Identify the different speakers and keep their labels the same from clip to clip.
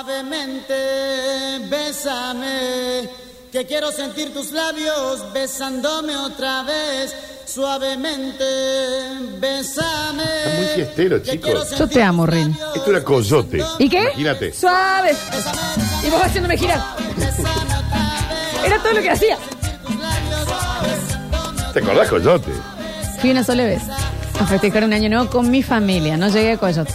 Speaker 1: Suavemente, bésame, que quiero sentir tus labios besándome otra vez. Suavemente, bésame.
Speaker 2: Están muy fiesteros,
Speaker 1: que
Speaker 2: chicos.
Speaker 1: quiero
Speaker 2: Yo
Speaker 1: sentir
Speaker 3: te amo,
Speaker 1: tus
Speaker 3: Ren.
Speaker 1: labios
Speaker 2: Esto era coyote.
Speaker 3: ¿Y qué?
Speaker 2: Imagínate.
Speaker 3: Suave.
Speaker 1: Bésame,
Speaker 3: Y vos haciéndome girar.
Speaker 1: bésame otra vez.
Speaker 3: Era todo lo que hacía.
Speaker 2: ¿Te acordás, coyote?
Speaker 3: Fui una sola vez a festejar un año nuevo con mi familia. No llegué a Coyote.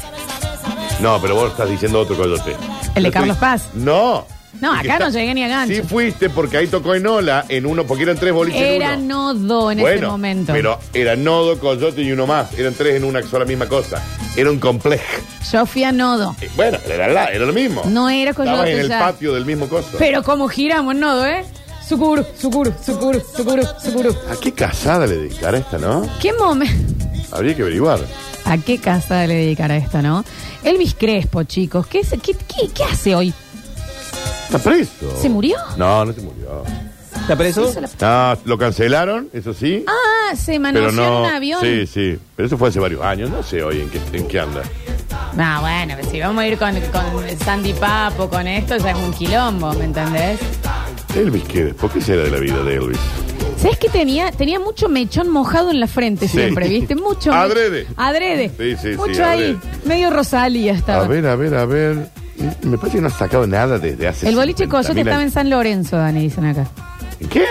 Speaker 2: No, pero vos estás diciendo otro coyote.
Speaker 3: ¿El de
Speaker 2: Yo
Speaker 3: Carlos
Speaker 2: estoy-
Speaker 3: Paz?
Speaker 2: No.
Speaker 3: No,
Speaker 2: El que
Speaker 3: acá no llegué ni a gancho.
Speaker 2: Sí fuiste porque ahí tocó Enola en uno, porque eran tres boliches en
Speaker 3: Era
Speaker 2: uno.
Speaker 3: nodo en
Speaker 2: bueno,
Speaker 3: ese momento.
Speaker 2: pero era Nodo, Coyote y uno más. Eran tres en una sola misma cosa. Era un complejo.
Speaker 3: Yo fui a nodo.
Speaker 2: Eh, Bueno, era, la- era lo mismo.
Speaker 3: No era Coyote
Speaker 2: Estabas en el
Speaker 3: ya.
Speaker 2: patio del mismo coso.
Speaker 3: Pero como giramos en nodo, ¿eh? Sucuru, sucuru, sucuru, sucuru, sucuru.
Speaker 2: ¿A qué casada le dedicará esta, no?
Speaker 3: ¿Qué momento?
Speaker 2: Habría que averiguar.
Speaker 3: ¿A qué casa le dedicará esto, no? Elvis Crespo, chicos. ¿Qué, es- qué, qué- qué hace hoy?
Speaker 2: ¿Está preso?
Speaker 3: ¿Se murió?
Speaker 2: No, no se murió.
Speaker 4: ¿Está preso?
Speaker 2: No, lo cancelaron, eso sí.
Speaker 3: Ah, se manoseó
Speaker 2: pero no.
Speaker 3: en un avión.
Speaker 2: Sí, sí. Pero eso fue hace varios años. No sé hoy en qué, en qué anda.
Speaker 3: Ah, bueno, pero si vamos a ir con, con Sandy Papo, con esto, ya es un quilombo, ¿me entendés?
Speaker 2: Elvis, ¿qué? ¿Por qué será de la vida de Elvis?
Speaker 3: ¿Sabes qué tenía? Tenía mucho mechón mojado en la frente
Speaker 2: Sí.
Speaker 3: siempre, ¿viste? Mucho. me-
Speaker 2: Adrede.
Speaker 3: Adrede.
Speaker 2: Sí, sí, sí,
Speaker 3: Mucho ahí.
Speaker 2: adrede.
Speaker 3: Medio Rosalía
Speaker 2: A
Speaker 3: estaba.
Speaker 2: ver, a ver, a ver. Me parece que no ha sacado nada desde hace.
Speaker 3: El boliche
Speaker 2: 50.000
Speaker 3: Coyote estaba en
Speaker 2: años.
Speaker 3: San Lorenzo, Dani, dicen acá.
Speaker 2: ¿En ¿Qué?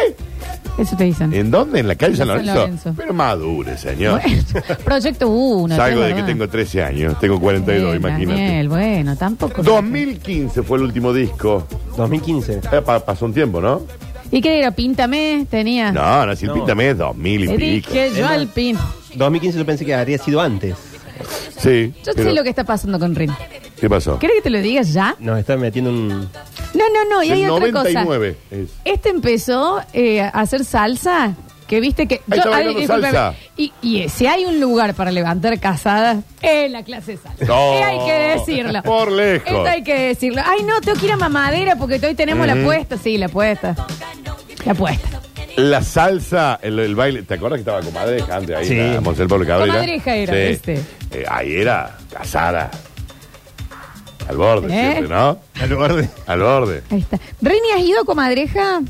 Speaker 3: Eso te dicen.
Speaker 2: ¿En dónde? ¿En la calle San
Speaker 3: San
Speaker 2: Lorenzo?
Speaker 3: Lorenzo.
Speaker 2: Pero madure, señor.
Speaker 3: Bueno, proyecto 1.
Speaker 2: Salgo de que tengo 13 años. Tengo 42, imagínate.
Speaker 3: Daniel, bueno, tampoco.
Speaker 2: 2015 fue el último disco.
Speaker 4: 2015.
Speaker 2: Eh, pa- pasó un tiempo, ¿no?
Speaker 3: ¿Y qué era? Píntame, tenía.
Speaker 2: No, no, si el
Speaker 4: No.
Speaker 2: píntame es 2000 y
Speaker 3: Ah. Le
Speaker 2: pico.
Speaker 3: dije yo
Speaker 4: Es
Speaker 3: al
Speaker 4: más-
Speaker 3: pin.
Speaker 4: 2015 yo pensé que habría sido antes.
Speaker 2: Sí.
Speaker 3: Yo
Speaker 2: pero-
Speaker 3: sé lo que está pasando con Rin.
Speaker 2: ¿Qué pasó?
Speaker 3: ¿Querés que te lo digas ya?
Speaker 4: Nos están metiendo un...
Speaker 3: No, no, no, y hay
Speaker 2: el
Speaker 3: otra cosa.
Speaker 2: 99 es.
Speaker 3: Este empezó eh, a hacer salsa, que viste que...
Speaker 2: Ahí está bailando
Speaker 3: discúlpame.
Speaker 2: salsa.
Speaker 3: Y, y, eh, si hay un lugar para levantar casadas, es la clase de salsa.
Speaker 2: No,
Speaker 3: Eh, hay que decirlo.
Speaker 2: por lejos.
Speaker 3: Esto hay que decirlo. Ay, no, tengo que ir a mamadera porque hoy tenemos la puesta. Sí, la puesta. La puesta.
Speaker 2: La salsa, el, el baile. ¿Te acuerdas que estaba con madre Alejandra ahí?
Speaker 4: Sí.
Speaker 2: la Monser Pablo Cabrera.
Speaker 3: Comadreja era, este.
Speaker 2: Eh, ahí era, casada. Al borde,
Speaker 3: ¿Eh?
Speaker 2: siempre, ¿no?
Speaker 4: Al borde.
Speaker 2: Al borde.
Speaker 3: Ahí está. Rini, ¿has ido, comadreja?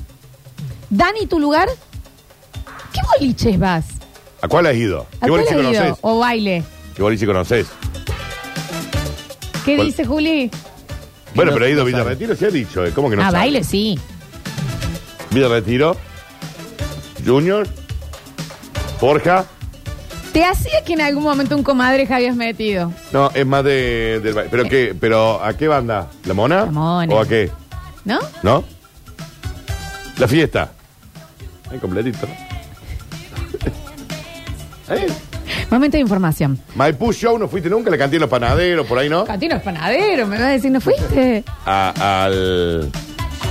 Speaker 3: Dani, ¿tu lugar? ¿Qué boliches vas?
Speaker 2: ¿A cuál has ido?
Speaker 3: ¿A
Speaker 2: ¿Qué
Speaker 3: cuál
Speaker 2: boliche
Speaker 3: has ido?
Speaker 2: conoces?
Speaker 3: ¿O baile?
Speaker 2: ¿Qué boliche conoces?
Speaker 3: ¿Qué
Speaker 2: ¿Cuál?
Speaker 3: dice Juli?
Speaker 2: Bueno,
Speaker 4: no-
Speaker 2: pero ha ido a
Speaker 4: no
Speaker 2: Villa
Speaker 4: sabe.
Speaker 2: Retiro, se ha dicho, eh, ¿cómo que no
Speaker 3: ah,
Speaker 2: sabe?
Speaker 3: baile, sí.
Speaker 2: Villa Retiro, Junior, Forja.
Speaker 3: ¿Te hacía que en algún momento un comadreja habías metido?
Speaker 2: No, es más de, del baile. ¿Pero qué? ¿Pero a qué banda? ¿La Mona?
Speaker 3: La Mona.
Speaker 2: ¿O a qué?
Speaker 3: ¿No?
Speaker 2: ¿No? La fiesta. Ahí completito. ¿Eh?
Speaker 3: Momento de información.
Speaker 2: Maipú Show no fuiste nunca, la canté en los panaderos, por ahí, ¿no?
Speaker 3: Catino es panadero, me vas a decir, ¿no fuiste?
Speaker 2: A- al.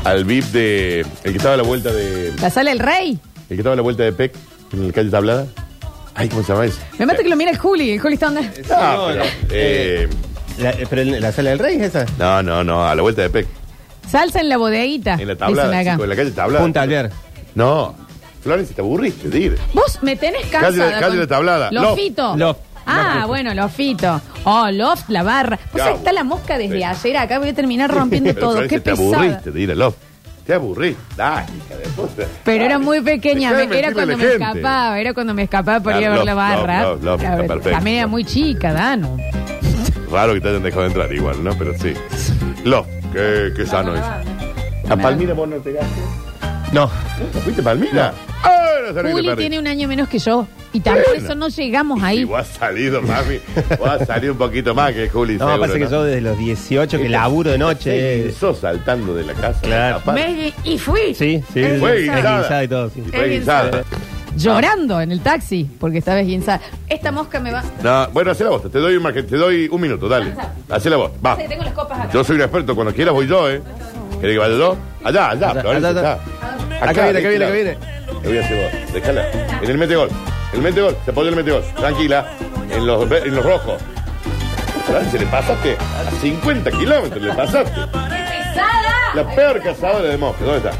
Speaker 2: Al VIP de. El que estaba a la vuelta de. El
Speaker 3: La sala del rey.
Speaker 2: que estaba a la vuelta de Peck, en la calle Tablada. Ay, ¿cómo se llama ese?
Speaker 3: Me mata que lo mira el Juli. El Juli está onda.
Speaker 2: Ah,
Speaker 4: No,
Speaker 2: pero,
Speaker 4: la-
Speaker 2: eh,
Speaker 4: La, eh, pero en la sala del rey es esa.
Speaker 2: No, no, no, a la vuelta de Peck.
Speaker 3: Salsa en la bodeguita.
Speaker 2: En la tablada,
Speaker 3: dicen acá.
Speaker 2: chico, en la calle tablada.
Speaker 4: Punta Alvear.
Speaker 2: No. Florencia, te aburriste, dir.
Speaker 3: Vos me tenés cansada.
Speaker 2: Calle de- calle de Tablada.
Speaker 3: Lofito.
Speaker 4: Loft. Loft.
Speaker 3: Ah,
Speaker 4: Loft.
Speaker 3: bueno, Lofito. Oh, Loft, la barra. Pues
Speaker 2: Cabo.
Speaker 3: ahí está la mosca desde
Speaker 2: Sí.
Speaker 3: ayer. Acá voy a terminar rompiendo
Speaker 2: Pero,
Speaker 3: todo.
Speaker 2: Florencia,
Speaker 3: Qué
Speaker 2: te
Speaker 3: pesada.
Speaker 2: aburriste, dir, Lof. Te aburriste. Dale, hija de puta.
Speaker 3: Pero era
Speaker 2: Dale.
Speaker 3: muy pequeña,
Speaker 2: Dejá de
Speaker 3: me-
Speaker 2: mentirle
Speaker 3: era
Speaker 2: a la
Speaker 3: cuando me
Speaker 2: gente.
Speaker 3: escapaba, era cuando me escapaba por
Speaker 2: Ah,
Speaker 3: ir a ver
Speaker 2: Loft,
Speaker 3: la barra.
Speaker 2: Loft, Loft, Loft,
Speaker 3: La-
Speaker 2: está perfecto.
Speaker 3: También era muy chica, Danu.
Speaker 2: Raro que te hayan dejado entrar igual, ¿no? Pero sí. Lof, qué, qué sano es. ¿A Palmira vos no llegaste?
Speaker 4: No.
Speaker 2: ¿No ¿Fuiste a Palmira? ¡Ah, no sabía que te
Speaker 3: Juli
Speaker 2: perdí.
Speaker 3: tiene un año menos que yo. Y tan por
Speaker 2: Bueno.
Speaker 3: eso no llegamos
Speaker 2: Y
Speaker 3: ahí.
Speaker 2: vos has salido, mami. Vos has salido un poquito más que Juli,
Speaker 4: No,
Speaker 2: seguro,
Speaker 4: pasa que
Speaker 2: ¿no?
Speaker 4: yo desde los 18 que laburo de noche. eh,
Speaker 2: Sos saltando de la casa.
Speaker 4: Claro.
Speaker 2: capaz.
Speaker 3: Me- y fui.
Speaker 4: Sí, sí.
Speaker 3: Es
Speaker 2: Fue
Speaker 3: guisada.
Speaker 2: guisada.
Speaker 4: guisada y todo, sí.
Speaker 2: Fue guisada.
Speaker 3: Llorando en el taxi, porque estaba esguinzada. Esta mosca me va.
Speaker 2: No, bueno, hacé la bosta. Te doy un, margen- te doy un minuto, dale. Hacé la bosta. Va.
Speaker 3: Sí, tengo las copas acá.
Speaker 2: Ah. Yo soy un experto. Cuando quieras voy yo, ¿eh? ¿Querés que vaya yo? Allá, allá.
Speaker 4: Allá,
Speaker 2: Florencia,
Speaker 4: allá, allá.
Speaker 2: allá.
Speaker 4: Acá viene, acá viene,
Speaker 2: de este
Speaker 4: acá
Speaker 2: lado. Lo voy a hacer vos. Déjala. En el metegol. El metegol. Se apoyó el metegol. Tranquila. En los, ve- en los rojos. Florencia, le pasaste a 50 kilómetros. Le pasaste.
Speaker 3: ¡Pesada!
Speaker 2: La peor cazadora de moscas. ¿Dónde está?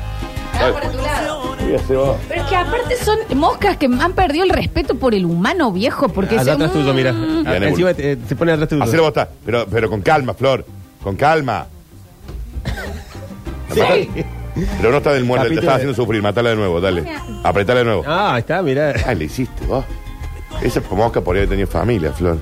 Speaker 3: Estaba para tu lado.
Speaker 2: Lo voy a hacer vos.
Speaker 3: Pero es que aparte son moscas que han perdido el respeto por el humano viejo, porque
Speaker 4: Allá
Speaker 3: se-
Speaker 4: atrás tuyo, mira.
Speaker 3: Mm.
Speaker 4: Ah, Encima eh, se pone atrás tuyo.
Speaker 2: Hacelo vos, está. pero, pero con calma, Flor. Con calma. matar? Pero no está del muerto, te
Speaker 4: Capítulo
Speaker 2: estaba
Speaker 4: de-
Speaker 2: haciendo sufrir. Matala de nuevo, dale.
Speaker 3: No me-
Speaker 2: Apretala de nuevo.
Speaker 4: Ah, está, mirá.
Speaker 2: Ah, le hiciste vos. Esa mosca podría haber tenido familia, Flor.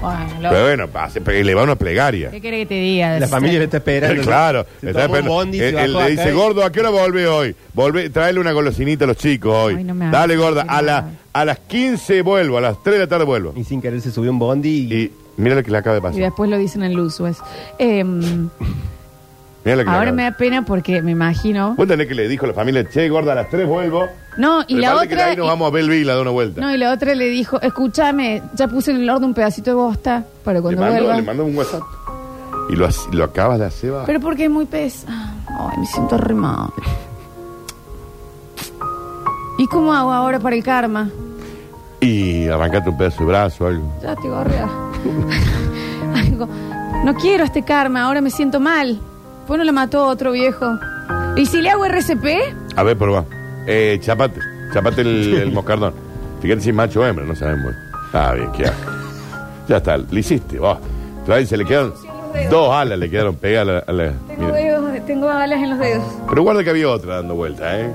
Speaker 3: Bueno, lo-
Speaker 2: Pero bueno, hace- pe- le va una plegaria.
Speaker 3: ¿qué quiere que te diga?
Speaker 4: La familia lo está esperando.
Speaker 2: claro,
Speaker 4: Se
Speaker 2: está
Speaker 4: tomó un
Speaker 2: esperando.
Speaker 4: bondi y se
Speaker 2: Él-
Speaker 4: bajó
Speaker 2: él le
Speaker 4: acá
Speaker 2: dice,
Speaker 4: y-
Speaker 2: gordo, ¿a qué hora volvé hoy? Volvé, traele una golosinita a los chicos hoy.
Speaker 3: Ay, no me
Speaker 2: Dale,
Speaker 3: hagas,
Speaker 2: gorda,
Speaker 3: no me
Speaker 2: a, la-
Speaker 3: hagas.
Speaker 2: a las 15 vuelvo, a las 3 de la tarde vuelvo.
Speaker 4: Y sin querer se subió un bondi y...
Speaker 2: Y mira lo que le acaba de
Speaker 3: Y
Speaker 2: pasar.
Speaker 3: después lo dicen en luz, pues. Em,
Speaker 2: Mira lo que le
Speaker 3: ahora
Speaker 2: acaba-
Speaker 3: me da pena porque me imagino.
Speaker 2: Vos tenés que le dijo a la familia, che, gorda, a las 3 vuelvo.
Speaker 3: No, y
Speaker 2: Pero
Speaker 3: la
Speaker 2: parece que de
Speaker 3: otra.
Speaker 2: ahí nos vamos a Belvila de una vuelta.
Speaker 3: No, y la otra le dijo, escúchame, ya puse en el horno un pedacito de bosta para
Speaker 2: le,
Speaker 3: cuando
Speaker 2: mando,
Speaker 3: vuelva.
Speaker 2: le mando un WhatsApp. Y lo, as- lo acabas de hacer, va.
Speaker 3: Pero porque es muy pesa. Ay, me siento re mal. ¿Y cómo hago ahora para el karma?
Speaker 2: Y arrancate un pedazo de brazo o algo.
Speaker 3: Ya te gorrea. Algo. No quiero este karma, ahora me siento mal. Pues no la mató otro viejo. ¿Y si le hago RCP?
Speaker 2: A ver, probá. Eh, chapate. Chapate el, el moscardón. Fíjate si es macho o hembra, no sabemos. Ah, bien, qué asco. Ya está, le hiciste. va. Todavía se le quedaron dos alas, le quedaron pegadas a la- a la.
Speaker 3: Tengo,
Speaker 2: mira.
Speaker 3: dedos, tengo balas en los dedos.
Speaker 2: Pero guarda que había otra dando vuelta, ¿eh?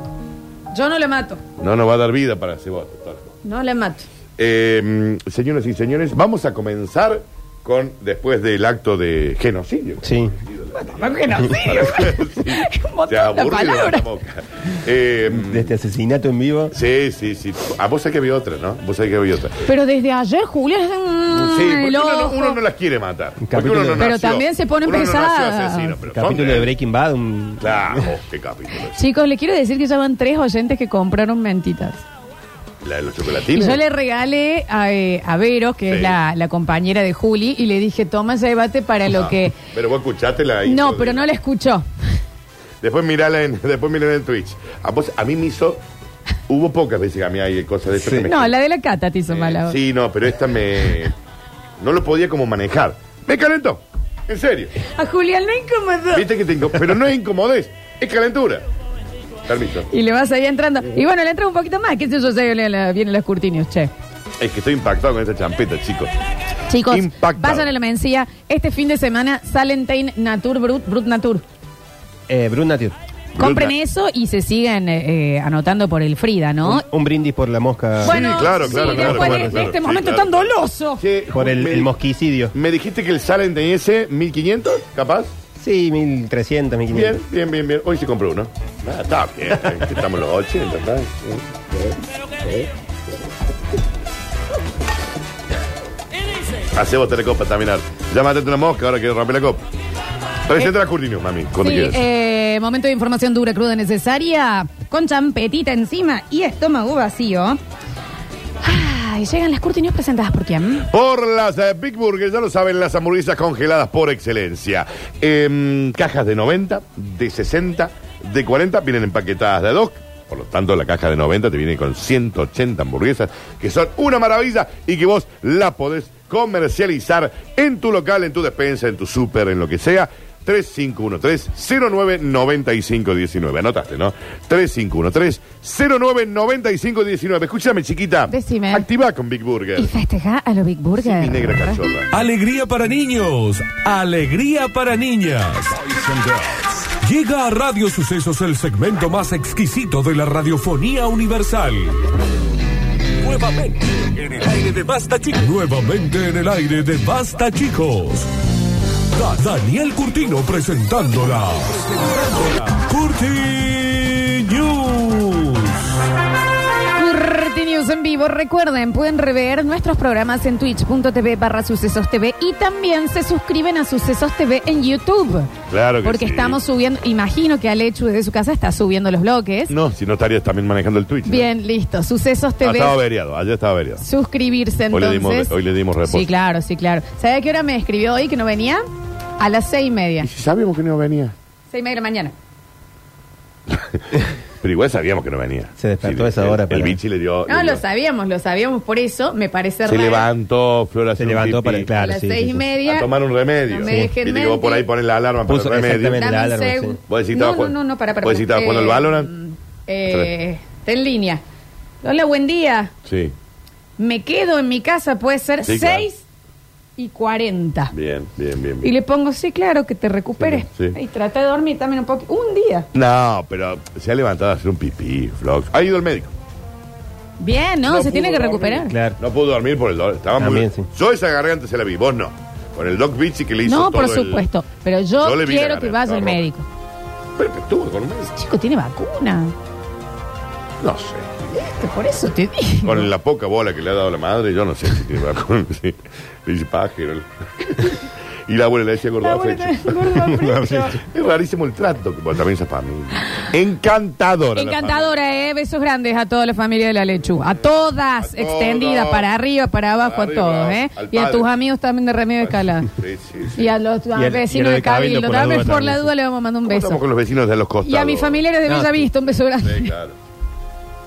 Speaker 3: Yo no la mato.
Speaker 2: No nos va a dar vida para ese bote. Torco.
Speaker 3: No la mato.
Speaker 2: Eh, mm, señoras y señores, vamos a comenzar con después del acto de genocidio.
Speaker 4: Sí.
Speaker 3: No, que no, sí. Un montón
Speaker 2: Se
Speaker 3: de
Speaker 2: ha aburrido
Speaker 3: palabras.
Speaker 2: la boca. Eh, mm,
Speaker 4: De este asesinato en vivo.
Speaker 2: sí, sí, sí. A vos sabés que había otra, ¿no? Vos sabés que había otra.
Speaker 3: Pero desde ayer, Julia.
Speaker 2: Sí, porque
Speaker 3: el
Speaker 2: uno no,
Speaker 3: ojo.
Speaker 2: uno no las quiere matar. Porque
Speaker 4: Capítulo
Speaker 2: uno no
Speaker 4: de-
Speaker 3: Pero
Speaker 2: nació-
Speaker 3: también se ponen
Speaker 2: uno no nació
Speaker 3: pesadas.
Speaker 2: asesino, pero
Speaker 4: Capítulo
Speaker 2: son-
Speaker 4: de Breaking Bad. un-
Speaker 2: Claro, oh, qué capítulo. es.
Speaker 3: Chicos, le quiero decir que ya van tres oyentes que compraron mentitas.
Speaker 2: La de los
Speaker 3: Y
Speaker 2: chocolatines.
Speaker 3: yo le regalé a, eh, a Vero, que es
Speaker 2: Sí.
Speaker 3: la, la compañera de Juli, y le dije, toma, llévate para lo
Speaker 2: Ah,
Speaker 3: que...
Speaker 2: Pero vos escuchaste la
Speaker 3: No,
Speaker 2: intro
Speaker 3: pero
Speaker 2: de-
Speaker 3: no la escuchó.
Speaker 2: Después mirala en, después mirala en Twitch. A, vos- a mí me hizo... Hubo pocas veces que a mí hay cosas de eso
Speaker 4: Sí.
Speaker 2: que me-
Speaker 3: No, la de la cata te hizo
Speaker 2: Eh,
Speaker 3: mala.
Speaker 2: Sí, no, pero esta me... No lo podía como manejar. Me calentó. En serio.
Speaker 3: A Julián no incomodó.
Speaker 2: Viste que te inco- Pero no es incomodez. Es calentura. Permiso.
Speaker 3: Y le vas ahí entrando. Y bueno, le entra un poquito más, que sé yo, ya vienen la- vienen los curtinios, che.
Speaker 2: Es que estoy impactado con esta champeta, chicos.
Speaker 3: Chicos,
Speaker 2: Impactado.
Speaker 3: vayan a la mencía. Este fin de semana, Salentain Natur Brut, Brut Natur.
Speaker 4: Eh, Bruna, tío.
Speaker 3: Compren
Speaker 2: Brut-
Speaker 3: eso y se siguen eh, eh, anotando por el Frida, ¿no?
Speaker 4: Un, un brindis por la mosca.
Speaker 3: Bueno,
Speaker 2: claro, claro, claro,
Speaker 3: después
Speaker 2: claro,
Speaker 3: de, de
Speaker 2: claro.
Speaker 3: este
Speaker 2: Sí,
Speaker 3: momento
Speaker 2: claro.
Speaker 3: tan doloso.
Speaker 2: Che,
Speaker 4: Por el,
Speaker 2: me-
Speaker 4: el mosquicidio.
Speaker 2: Me dijiste que el Salen tenía ese 1500, capaz.
Speaker 4: Sí, 1300, 1500.
Speaker 2: Bien, bien, bien, bien. Hoy se compró uno. Ah, está bien. Estamos los 80, ¿verdad? Hace botar la copa también. ahora. Ya mataste una mosca, ahora que rompe la copa. Presenta la Curtinio, mami, cuando
Speaker 3: Sí,
Speaker 2: quieras.
Speaker 3: eh, momento de información dura, cruda, necesaria, con champetita encima y estómago vacío. Ay, llegan las curtinios presentadas por quién.
Speaker 2: Por las eh, Big Burger, ya lo saben, las hamburguesas congeladas por excelencia. Em, cajas de 90, de 60, de 40, vienen empaquetadas de ad hoc. Por lo tanto, la caja de 90 te viene con 180 hamburguesas, que son una maravilla y que vos la podés comercializar en tu local, en tu despensa, en tu súper, en lo que sea. 3513-099519. Anotaste, ¿no? 3513-099519. Escúchame, chiquita.
Speaker 3: Decime.
Speaker 2: Activa con Big Burger.
Speaker 3: Y festeja a los Big Burger.
Speaker 2: Eh. Mi negra cachorra.
Speaker 5: Alegría para niños, alegría para niñas. Llega a Radio Sucesos el segmento más exquisito de la radiofonía universal. Nuevamente en el aire de Basta Chicos. Nuevamente en el aire de Basta Chicos. Da- Daniel Curtino presentándola. Curti News.
Speaker 3: Curti News en vivo. Recuerden, pueden rever nuestros programas en twitch.tv barra sucesos TV y también se suscriben a sucesos TV en YouTube.
Speaker 2: Claro que
Speaker 3: Porque
Speaker 2: sí.
Speaker 3: estamos subiendo, imagino que Alechu desde su casa está subiendo los bloques.
Speaker 2: No, si no estarías también manejando el Twitch. ¿no?
Speaker 3: Bien, listo. Sucesos
Speaker 2: Ah,
Speaker 3: TV.
Speaker 2: estaba averiado, ayer estaba averiado.
Speaker 3: suscribirse
Speaker 2: Hoy le
Speaker 3: entonces.
Speaker 2: dimos- hoy le dimos reposo.
Speaker 3: Sí, claro, sí, claro. ¿Sabe a qué hora me escribió hoy que no venía? A las seis y media.
Speaker 2: Y si sabíamos que no venía.
Speaker 3: Seis y media de la mañana.
Speaker 2: Pero igual sabíamos que no venía.
Speaker 4: Se despertó a esa
Speaker 2: el-
Speaker 4: hora
Speaker 2: El
Speaker 4: para-
Speaker 2: bichi le dio.
Speaker 3: No,
Speaker 2: le dio-
Speaker 3: lo sabíamos, lo sabíamos, por eso me parece
Speaker 2: Oh, Se
Speaker 3: raro.
Speaker 2: levantó, Flora.
Speaker 4: Se levantó para el
Speaker 3: A
Speaker 4: claro.
Speaker 3: las
Speaker 4: sí,
Speaker 3: seis
Speaker 4: sí,
Speaker 3: y
Speaker 4: sí.
Speaker 3: media.
Speaker 2: A tomar un remedio.
Speaker 3: No me
Speaker 2: Sí.
Speaker 3: dejen
Speaker 2: Viste que vos
Speaker 3: mentir.
Speaker 2: por ahí pones la alarma
Speaker 4: Puso-
Speaker 2: para el remedio.
Speaker 4: exactamente.
Speaker 3: Dame un
Speaker 4: alarma, sí.
Speaker 3: segundo.
Speaker 2: Vos decís,
Speaker 3: no,
Speaker 2: estaba
Speaker 3: no,
Speaker 2: jugando-
Speaker 3: no, no, para, para.
Speaker 2: vos decís, estaba jugando al Valorant.
Speaker 3: mm, Eh, está en línea. Hola, buen día.
Speaker 2: Sí.
Speaker 3: Me quedo en mi casa, puede ser
Speaker 2: Sí,
Speaker 3: seis. y 40.
Speaker 2: Bien, bien, bien.
Speaker 3: Y
Speaker 2: bien.
Speaker 3: le pongo, sí, claro, que te recuperes.
Speaker 2: Sí, sí.
Speaker 3: Y trata de dormir también un poco. Un día.
Speaker 2: No, pero se ha levantado a hacer un pipí, Flox. Ha ido al médico.
Speaker 3: Bien, ¿no?
Speaker 2: No
Speaker 3: se tiene que
Speaker 2: pudo
Speaker 3: recuperar.
Speaker 4: Claro.
Speaker 2: No pudo dormir por el dolor. Estaba muy...
Speaker 4: También, sí.
Speaker 2: Yo esa garganta se la vi, vos no. Con el Doc Bici que le hizo
Speaker 3: No, por
Speaker 2: todo el-
Speaker 3: supuesto. Pero yo,
Speaker 2: Yo le vi la
Speaker 3: quiero que
Speaker 2: garganta,
Speaker 3: vaya al
Speaker 2: ropa.
Speaker 3: médico.
Speaker 2: Pero, pero estuvo con un médico.
Speaker 3: Chico, tiene vacuna.
Speaker 2: No sé.
Speaker 3: Que Por eso te digo.
Speaker 2: Con la poca bola que le ha dado la madre, yo no sé si tiene vacuna. sí. Le dice pájaro. Y la abuela le decía gordo
Speaker 3: La abuela
Speaker 2: afecho.
Speaker 3: también, gordo afecho.
Speaker 2: Es rarísimo el trato que bueno, también esa familia. Encantadora. la
Speaker 3: Encantadora, ¿eh? Besos grandes a toda la familia de la lechuga. A todas,
Speaker 2: A
Speaker 3: extendidas,
Speaker 2: todos.
Speaker 3: para arriba, para abajo,
Speaker 2: Para
Speaker 3: a todos,
Speaker 2: arriba,
Speaker 3: ¿eh?
Speaker 2: al
Speaker 3: Y a
Speaker 2: padre.
Speaker 3: tus amigos también de Remedio Escala.
Speaker 2: familia. Sí, sí, sí.
Speaker 3: Y a los a
Speaker 4: Y el- y
Speaker 3: vecinos
Speaker 4: lo
Speaker 3: de
Speaker 4: de
Speaker 3: Cabildo
Speaker 4: Cabildo, por la
Speaker 3: también,
Speaker 4: duda,
Speaker 3: por la
Speaker 4: también,
Speaker 3: duda
Speaker 4: sí.
Speaker 3: le vamos a mandar un
Speaker 2: ¿Cómo Estamos
Speaker 3: beso.
Speaker 2: con los vecinos de los costados.
Speaker 3: Y a mis familiares de
Speaker 4: No,
Speaker 3: Bella
Speaker 4: sí.
Speaker 3: Vista, un beso grande.
Speaker 2: Sí, claro.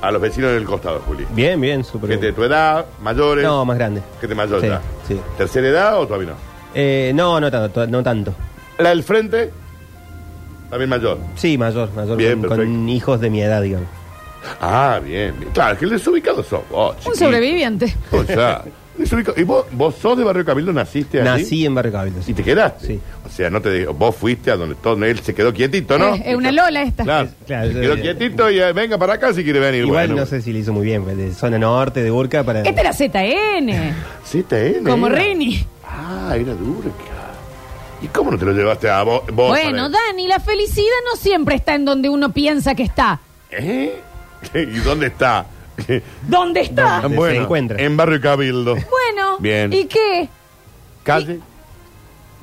Speaker 2: A los vecinos del costado, Juli.
Speaker 4: Bien, bien, súper
Speaker 2: Gente de
Speaker 4: bien.
Speaker 2: tu edad, mayores.
Speaker 4: No, más grande.
Speaker 2: Gente mayor
Speaker 4: Sí,
Speaker 2: ya.
Speaker 4: sí.
Speaker 2: ¿Tercera edad o todavía no?
Speaker 4: Eh, no, no tanto, no tanto.
Speaker 2: La del frente, también mayor.
Speaker 4: Sí, mayor, mayor.
Speaker 2: Bien,
Speaker 4: con- con,
Speaker 2: perfecto.
Speaker 4: hijos de mi edad, digamos.
Speaker 2: Ah, bien, bien. Claro, que el desubicado sos vos.
Speaker 3: Un
Speaker 2: chiquito.
Speaker 3: sobreviviente.
Speaker 2: O sea, desubicado. ¿Y vos, vos sos de Barrio Cabildo? ¿Naciste allí?
Speaker 4: Nací en Barrio Cabildo. sí.
Speaker 2: ¿Y te quedaste?
Speaker 4: Sí.
Speaker 2: O sea, no te digo, vos fuiste a donde todo él se quedó quietito, ¿no?
Speaker 3: Es- es Eh, una lola esta.
Speaker 2: Claro,
Speaker 4: Claro,
Speaker 2: se
Speaker 4: yo-
Speaker 2: quedó quietito y eh, venga para acá si quiere venir.
Speaker 4: Igual
Speaker 2: Bueno.
Speaker 4: no sé si le hizo muy bien, de zona norte, de Burka para...
Speaker 3: Este era ZN,
Speaker 2: Sí, te era.
Speaker 3: como Rini.
Speaker 2: Ah, era duro. ¿Y cómo no te lo llevaste a vos? vos
Speaker 3: Bueno,
Speaker 2: para-
Speaker 3: Dani, la felicidad no siempre está en donde uno piensa que está.
Speaker 2: ¿Eh? ¿Y dónde está?
Speaker 3: ¿Dónde está?
Speaker 4: ¿Dónde? Ah, se encuentra.
Speaker 2: En Barrio Cabildo.
Speaker 3: Bueno,
Speaker 2: Bien.
Speaker 3: ¿y qué?
Speaker 2: Calle.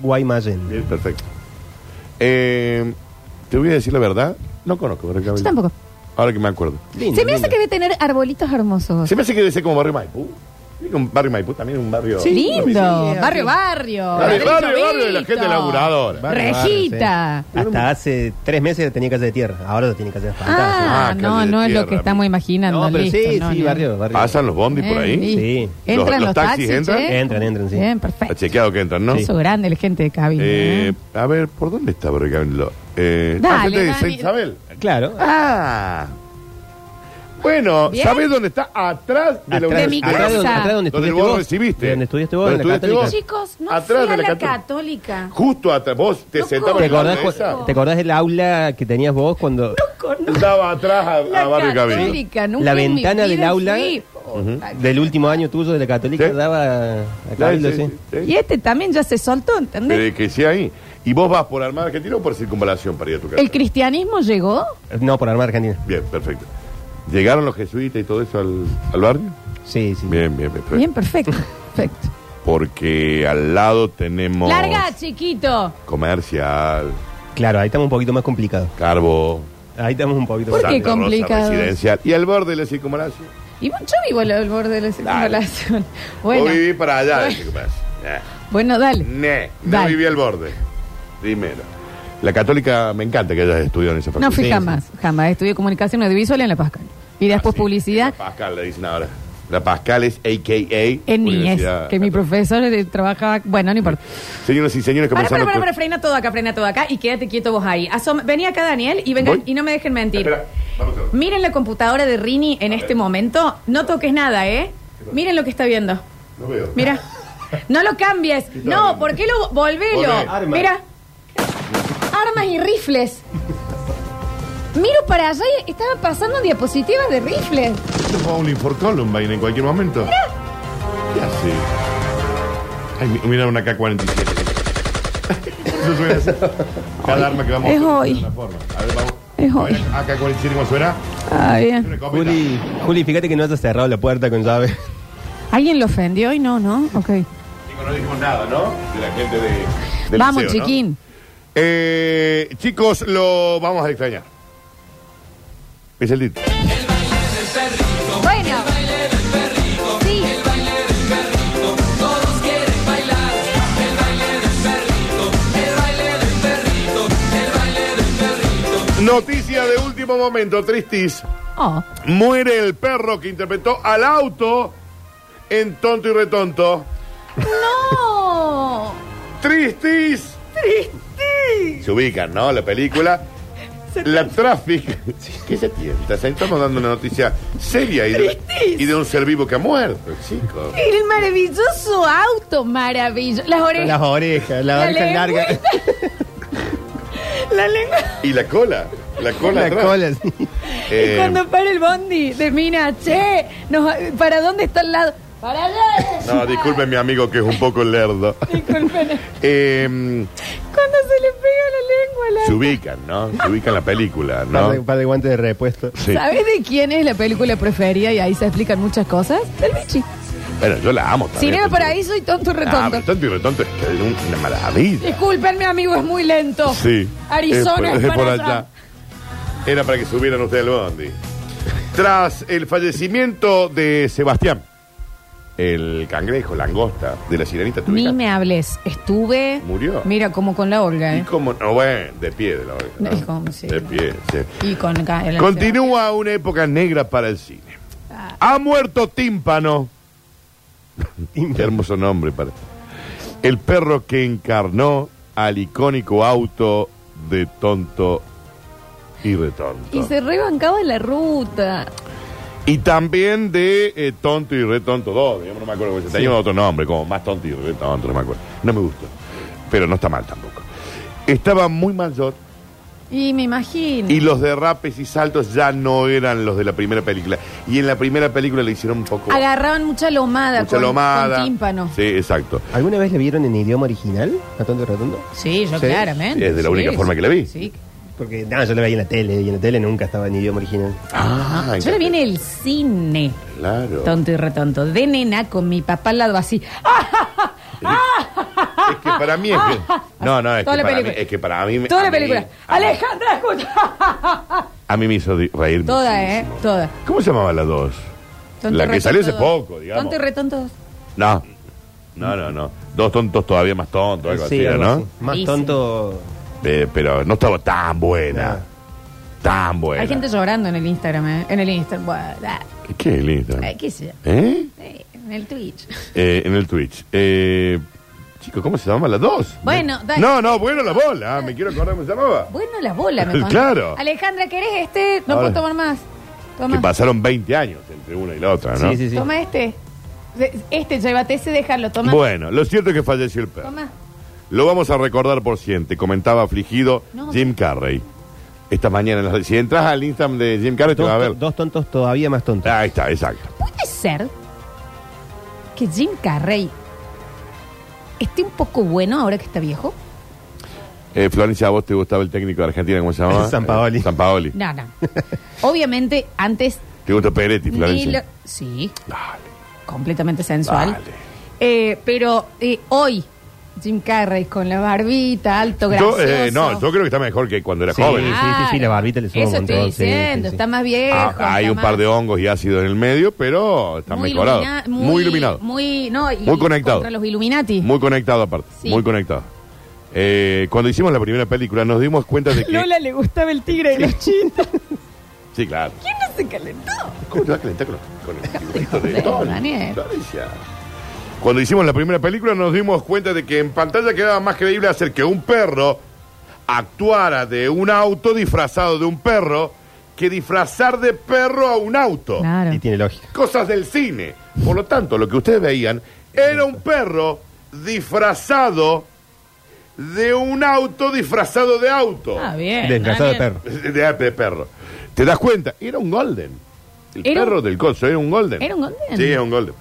Speaker 4: Guaymallén.
Speaker 2: Bien, perfecto. Eh, te voy a decir la verdad. No conozco Barrio Cabildo.
Speaker 3: Yo tampoco.
Speaker 2: Ahora que me acuerdo.
Speaker 4: Lindo,
Speaker 3: Se me hace
Speaker 4: lindo.
Speaker 3: que debe tener arbolitos hermosos.
Speaker 2: Se me hace que debe ser como Barrio Maipú. Tiene que Un barrio Maipú también es un barrio.
Speaker 3: Lindo, barrio, barrio.
Speaker 2: Barrio,
Speaker 3: ladrillo
Speaker 2: barrio, barrio de la
Speaker 3: visto.
Speaker 2: gente laburadora.
Speaker 4: Barrio,
Speaker 3: Rejita.
Speaker 4: barrio, sí. Hasta hace tres meses tenía casa de tierra. Ahora lo tiene casa de fantasma.
Speaker 3: Ah,
Speaker 2: Ah,
Speaker 3: no,
Speaker 2: calle de
Speaker 3: no es lo
Speaker 2: tierra,
Speaker 3: que estamos
Speaker 2: amigo.
Speaker 3: imaginando.
Speaker 4: no, pero
Speaker 3: listo,
Speaker 4: sí,
Speaker 3: no,
Speaker 4: sí,
Speaker 3: no.
Speaker 4: barrio, barrio.
Speaker 2: ¿Pasan los bondis por
Speaker 3: Eh,
Speaker 2: ahí?
Speaker 3: y-
Speaker 4: Sí.
Speaker 3: Entran
Speaker 2: ¿Los-
Speaker 3: los,
Speaker 2: los taxis
Speaker 3: taxis,
Speaker 2: entran?
Speaker 3: che?
Speaker 4: Entran, entran, sí.
Speaker 3: Bien,
Speaker 2: Ha
Speaker 3: perfecto.
Speaker 2: chequeado que entran, ¿no?
Speaker 3: Eso grande, la gente de Cabildo.
Speaker 2: Eh,
Speaker 3: ¿eh?
Speaker 2: a ver, ¿por dónde está Barrio Cabildo? Eh,
Speaker 3: Dale,
Speaker 2: ah, gente de
Speaker 3: Dani.
Speaker 2: San Isabel.
Speaker 4: Claro.
Speaker 2: Ah. Bueno,
Speaker 3: Bien.
Speaker 2: ¿sabés dónde está? Atrás de la
Speaker 4: Atrás-
Speaker 3: mi
Speaker 2: universidad.
Speaker 4: atrás de donde-
Speaker 3: casa.
Speaker 4: atrás de donde
Speaker 2: Donde
Speaker 4: estudiaste
Speaker 2: vos
Speaker 4: vos.
Speaker 2: recibiste.
Speaker 4: De Donde estudiaste vos, en
Speaker 2: Donde
Speaker 4: la
Speaker 2: estudiaste
Speaker 4: católica.
Speaker 2: vos.
Speaker 3: Chicos, no
Speaker 2: Atrás
Speaker 3: fui a
Speaker 2: de la
Speaker 3: la
Speaker 2: cató-
Speaker 3: católica.
Speaker 2: Justo atrás. Vos te
Speaker 3: No
Speaker 2: sentabas
Speaker 4: ¿Te
Speaker 2: en la
Speaker 4: acordás, cu-
Speaker 2: mesa.
Speaker 4: ¿Te acordás del aula que tenías vos cuando
Speaker 2: Ah, Estaba atrás a,
Speaker 3: La
Speaker 2: a Barrio Cabildo.
Speaker 3: católica, nunca
Speaker 4: La
Speaker 3: en mi
Speaker 4: ventana
Speaker 3: vida
Speaker 4: del aula-
Speaker 3: fui.
Speaker 4: del último año tuyo de la Católica
Speaker 2: Sí.
Speaker 4: daba a Cabildo, sí?
Speaker 3: Y este también ya se soltó, ¿entendés?
Speaker 2: Pero que sí ahí. ¿Y vos vas por Armada Argentina o por Circunvalación para ir a tu casa?
Speaker 3: ¿El cristianismo llegó?
Speaker 4: No, por Armada Argentina.
Speaker 2: Bien, perfecto. ¿Llegaron los jesuitas y todo eso al, al barrio?
Speaker 4: Sí, sí.
Speaker 2: Bien, bien, perfecto.
Speaker 3: Bien, perfecto. perfecto.
Speaker 2: Porque al lado tenemos
Speaker 3: Larga, chiquito.
Speaker 2: comercial,
Speaker 4: Claro, ahí estamos un poquito más complicados.
Speaker 2: carbo,
Speaker 4: Ahí estamos un poquito
Speaker 3: ¿Por
Speaker 4: más
Speaker 3: qué?
Speaker 2: Santa Rosa
Speaker 3: complicado?
Speaker 2: residencial. Y al borde de la circunvalación.
Speaker 3: Y bueno, yo vivo al, al borde de la circunvalación. Bueno,
Speaker 2: Vos viví para allá de la
Speaker 3: Bueno.
Speaker 2: circunvalación. Eh,
Speaker 3: bueno, dale.
Speaker 2: ne, no
Speaker 3: Dale.
Speaker 2: viví al borde. Primero. La católica me encanta que hayas estudiado en esa facultad.
Speaker 3: No fui
Speaker 4: Sí,
Speaker 3: jamás, jamás. Estudié comunicación audiovisual en La Pascal. Y después
Speaker 2: Ah, Sí,
Speaker 3: publicidad
Speaker 2: La Pascal le dicen ahora. La Pascal es AKA.
Speaker 3: en niñez.
Speaker 2: Universidad
Speaker 3: Que mi profesor eh, trabajaba. Bueno, no importa.
Speaker 2: Señoras y señores,
Speaker 3: Para, para,
Speaker 2: comenzando
Speaker 3: para,
Speaker 2: con-
Speaker 3: para, frena todo acá, frena todo acá y quédate quieto vos ahí. Asom- vení acá, Daniel, y vengan
Speaker 2: ¿Voy?
Speaker 3: y no me dejen mentir.
Speaker 2: Espera, vamos a ver.
Speaker 3: Miren la computadora de Rini en este momento. No toques nada, ¿eh? Miren lo que está viendo.
Speaker 2: No veo.
Speaker 3: Mira. No lo cambies. No, ¿por qué lo volvelo?
Speaker 2: Volvé.
Speaker 4: Armas.
Speaker 3: Mira. Armas y rifles. Miro para allá y estaban pasando diapositivas de rifles.
Speaker 2: Esto fue Only for Columbine en cualquier momento. ¿Qué hace? Ay, mi- mira una K-47. Eso suena así. Cada arma que vamos
Speaker 3: es
Speaker 2: a
Speaker 3: hoy.
Speaker 2: una forma. A ver, vamos.
Speaker 3: Es
Speaker 2: A ver,
Speaker 3: hoy.
Speaker 2: AK-47, ¿cómo suena?
Speaker 3: Ah, bien.
Speaker 2: Una copeta.
Speaker 4: Juli, Juli, fíjate que no has cerrado la puerta con llave.
Speaker 3: ¿Alguien lo ofendió y no, no? Ok.
Speaker 2: Digo, no dijimos nada, ¿no? De la gente de. del
Speaker 3: Vamos,
Speaker 2: liceo, ¿no?
Speaker 3: chiquín.
Speaker 2: Eh, chicos, lo vamos a extrañar. Es el título.
Speaker 3: Bueno. Sí.
Speaker 2: Noticia de último momento, tristis.
Speaker 3: Oh,
Speaker 2: Muere el perro que interpretó al auto en Tonto y Retonto.
Speaker 3: ¡No!
Speaker 2: Tristis.
Speaker 3: ¡Triste! Este.
Speaker 2: Se ubican, ¿no? La película. La Traffic. ¿Qué se tienta? Estamos dando una noticia seria y de, y de un ser vivo que ha muerto, chicos.
Speaker 3: El maravilloso auto, maravilloso. Las orejas.
Speaker 4: Las orejas, la oreja larga.
Speaker 3: lengüita. La lengua.
Speaker 2: Y la cola. La cola.
Speaker 4: La
Speaker 2: atrás.
Speaker 4: cola, sí.
Speaker 2: Eh,
Speaker 3: Y cuando para el bondi de mina, che, nos- ¿para dónde está el lado? Para allá.
Speaker 2: No, disculpe mi amigo que es un poco lerdo.
Speaker 3: Disculpen.
Speaker 2: Eh,
Speaker 3: Cuando se le pega la lengua a
Speaker 2: se
Speaker 3: la...
Speaker 2: ubican, ¿no? Se ubican la película,
Speaker 4: Par de-
Speaker 2: ¿no?
Speaker 4: par de guantes de repuesto.
Speaker 2: Sí.
Speaker 3: ¿Sabes de quién es la película preferida? Y ahí se explican muchas cosas. Del bichi.
Speaker 2: Bueno, yo la amo
Speaker 3: Si
Speaker 2: también.
Speaker 3: no era por ahí, soy tonto y
Speaker 2: Ah,
Speaker 3: retonto.
Speaker 2: pero tonto y retonto es que es un- una maravilla.
Speaker 3: Disculpenme, amigo, es muy lento.
Speaker 2: Sí.
Speaker 3: Arizona
Speaker 2: Es
Speaker 3: es,
Speaker 2: por- es por
Speaker 3: para
Speaker 2: allá.
Speaker 3: allá.
Speaker 2: Era para que subieran ustedes al bondi. Tras el fallecimiento de Sebastián, el cangrejo, langosta, de la sirenita, ¿te
Speaker 3: Ni
Speaker 2: ubicas?
Speaker 3: me hables. Estuve...
Speaker 2: Murió.
Speaker 3: Mira, como con la Olga,
Speaker 2: Y
Speaker 3: ¿eh?
Speaker 2: como, no, bueno, de pie de la oreja, ¿no?
Speaker 3: Es como, sí.
Speaker 2: De pie, sí.
Speaker 3: Y con... ca- el-
Speaker 2: Continúa una época negra para el cine.
Speaker 3: Ah.
Speaker 2: Ha muerto Tímpano. Qué hermoso nombre para. este. El perro que encarnó al icónico auto de tonto y retonto.
Speaker 3: Y se rebancaba en la ruta.
Speaker 2: Y también de eh, Tonto y Retonto 2, digamos, no me acuerdo. cómo se- Tenía otro nombre, como más Tonto y Retonto, no me acuerdo. No me gustó. Pero no está mal tampoco. Estaba muy mayor
Speaker 3: Y me imagino.
Speaker 2: y los derrapes y saltos ya no eran los de la primera película. Y en la primera película le hicieron un poco...
Speaker 3: Agarraban mucha lomada,
Speaker 2: mucha
Speaker 3: con,
Speaker 2: lomada.
Speaker 3: con tímpano.
Speaker 2: Sí, exacto.
Speaker 4: ¿Alguna vez le vieron en idioma original? ¿A tonto y rotundo?
Speaker 3: Sí, yo
Speaker 4: Sí.
Speaker 3: claramente.
Speaker 2: Es de la única forma que la vi.
Speaker 3: Sí.
Speaker 4: Porque nada, yo la veía en la tele y en la tele nunca estaba en idioma original.
Speaker 2: Ah,
Speaker 3: Yo la vi en el cine,
Speaker 2: Claro.
Speaker 3: tonto y retonto, de nena con mi papá al lado así. ¡Ah!
Speaker 2: Es que para mí es que... No, no, es, que
Speaker 3: Toda la
Speaker 2: para mí,
Speaker 3: película.
Speaker 2: es que para mí... me-
Speaker 3: Toda
Speaker 2: a
Speaker 3: la
Speaker 2: mí-
Speaker 3: película.
Speaker 2: A, mí-
Speaker 3: Alejandra, escucha.
Speaker 2: a mí me hizo di- reír
Speaker 3: Toda, ¿eh?
Speaker 2: muchísimo.
Speaker 3: Toda.
Speaker 2: ¿Cómo se llamaba la dos?
Speaker 3: Tonto
Speaker 2: la
Speaker 3: y
Speaker 2: que
Speaker 3: retonto
Speaker 2: salió hace
Speaker 3: dos.
Speaker 2: poco, digamos.
Speaker 3: Tonto y retonto.
Speaker 2: No. No, no, no. Dos tontos todavía más tontos, algo así,
Speaker 4: algo
Speaker 2: ¿no?
Speaker 4: así. Más
Speaker 3: Sí, sí.
Speaker 4: tonto.
Speaker 2: Pe- pero no estaba tan buena.
Speaker 4: No.
Speaker 2: Tan buena.
Speaker 3: Hay gente llorando en el Instagram, ¿eh? En el Instagram.
Speaker 2: Qué lindo.
Speaker 3: ¿Qué sé yo?
Speaker 2: ¿Eh?
Speaker 3: Eh, En el Twitch.
Speaker 2: Eh, En el Twitch. Eh, chico, ¿cómo se llama las dos?
Speaker 3: Bueno, dale.
Speaker 2: No, no, bueno la bola. ah, Me quiero acordar cómo se llamaba.
Speaker 3: Bueno, la bola, me pasa.
Speaker 2: Claro.
Speaker 3: Alejandra, ¿querés este? No
Speaker 2: Ahora.
Speaker 3: puedo tomar más.
Speaker 2: Que
Speaker 3: Toma.
Speaker 2: pasaron 20 años entre una y la otra, ¿no?
Speaker 4: Sí, sí, sí.
Speaker 3: Toma este. De- Este, llévate ese, déjalo. Toma.
Speaker 2: Bueno, lo cierto es que falleció el perro.
Speaker 3: Toma.
Speaker 2: Lo vamos a recordar por siempre, comentaba afligido
Speaker 3: No.
Speaker 2: Jim Carrey. Esta mañana, en la- si entras al Instagram de Jim Carrey, te
Speaker 4: Dos,
Speaker 2: vas a ver.
Speaker 4: dos tontos todavía más tontos.
Speaker 2: Ahí está, exacto.
Speaker 3: ¿Puede ser que Jim Carrey esté un poco bueno ahora que está viejo?
Speaker 2: Eh, Florencia, ¿a vos te gustaba el técnico de Argentina? ¿Cómo se llamaba?
Speaker 4: Sampaoli.
Speaker 2: Eh, Sampaoli.
Speaker 3: No, no. Obviamente, antes.
Speaker 2: ¿Te gusta Peretti,
Speaker 3: ni
Speaker 2: Florencia?
Speaker 3: lo- Sí,
Speaker 2: Dale.
Speaker 3: completamente sensual.
Speaker 2: Vale.
Speaker 3: Eh, pero eh, hoy, Jim Carrey con la barbita, alto,
Speaker 2: Yo,
Speaker 3: gracioso.
Speaker 2: eh, no, yo creo que está mejor que cuando era
Speaker 4: Sí.
Speaker 2: joven.
Speaker 4: Ah, sí, sí, la barbita le sube
Speaker 3: Eso
Speaker 4: un montón,
Speaker 3: estoy
Speaker 4: sí,
Speaker 3: diciendo,
Speaker 4: sí, sí.
Speaker 3: está más viejo.
Speaker 2: Ah, hay
Speaker 3: está
Speaker 2: un par
Speaker 3: más-
Speaker 2: de hongos y ácidos en el medio, pero está mejorado.
Speaker 3: ilumina-
Speaker 2: muy iluminado. Muy,
Speaker 3: Muy, no, y-
Speaker 2: Muy conectado.
Speaker 3: Contra los Illuminati.
Speaker 2: conectado aparte.
Speaker 3: Sí.
Speaker 2: Muy conectado. Eh, cuando hicimos la primera película nos dimos cuenta de que...
Speaker 3: Lola le gustaba el tigre y los chinos.
Speaker 2: Sí, claro.
Speaker 3: ¿Quién no se calentó?
Speaker 2: ¿Cómo te va a calentar con, con el dibujito de
Speaker 3: joder,
Speaker 2: Tony?
Speaker 3: Daniel.
Speaker 2: Florencia. Cuando hicimos la primera película nos dimos cuenta de que en pantalla quedaba más creíble hacer que un perro actuara de un auto disfrazado de un perro que disfrazar de perro a un auto.
Speaker 3: Claro.
Speaker 4: Y tiene lógica.
Speaker 2: Cosas del cine. Por lo tanto, lo que ustedes veían era un perro disfrazado de un auto disfrazado de auto.
Speaker 3: Ah, bien.
Speaker 4: Desgastado de
Speaker 3: Daniel.
Speaker 4: perro.
Speaker 2: De, de perro. ¿Te das cuenta? Era un golden. El
Speaker 3: Era un-
Speaker 2: perro del coso, era un golden.
Speaker 3: ¿Era un golden?
Speaker 2: Sí, era un golden.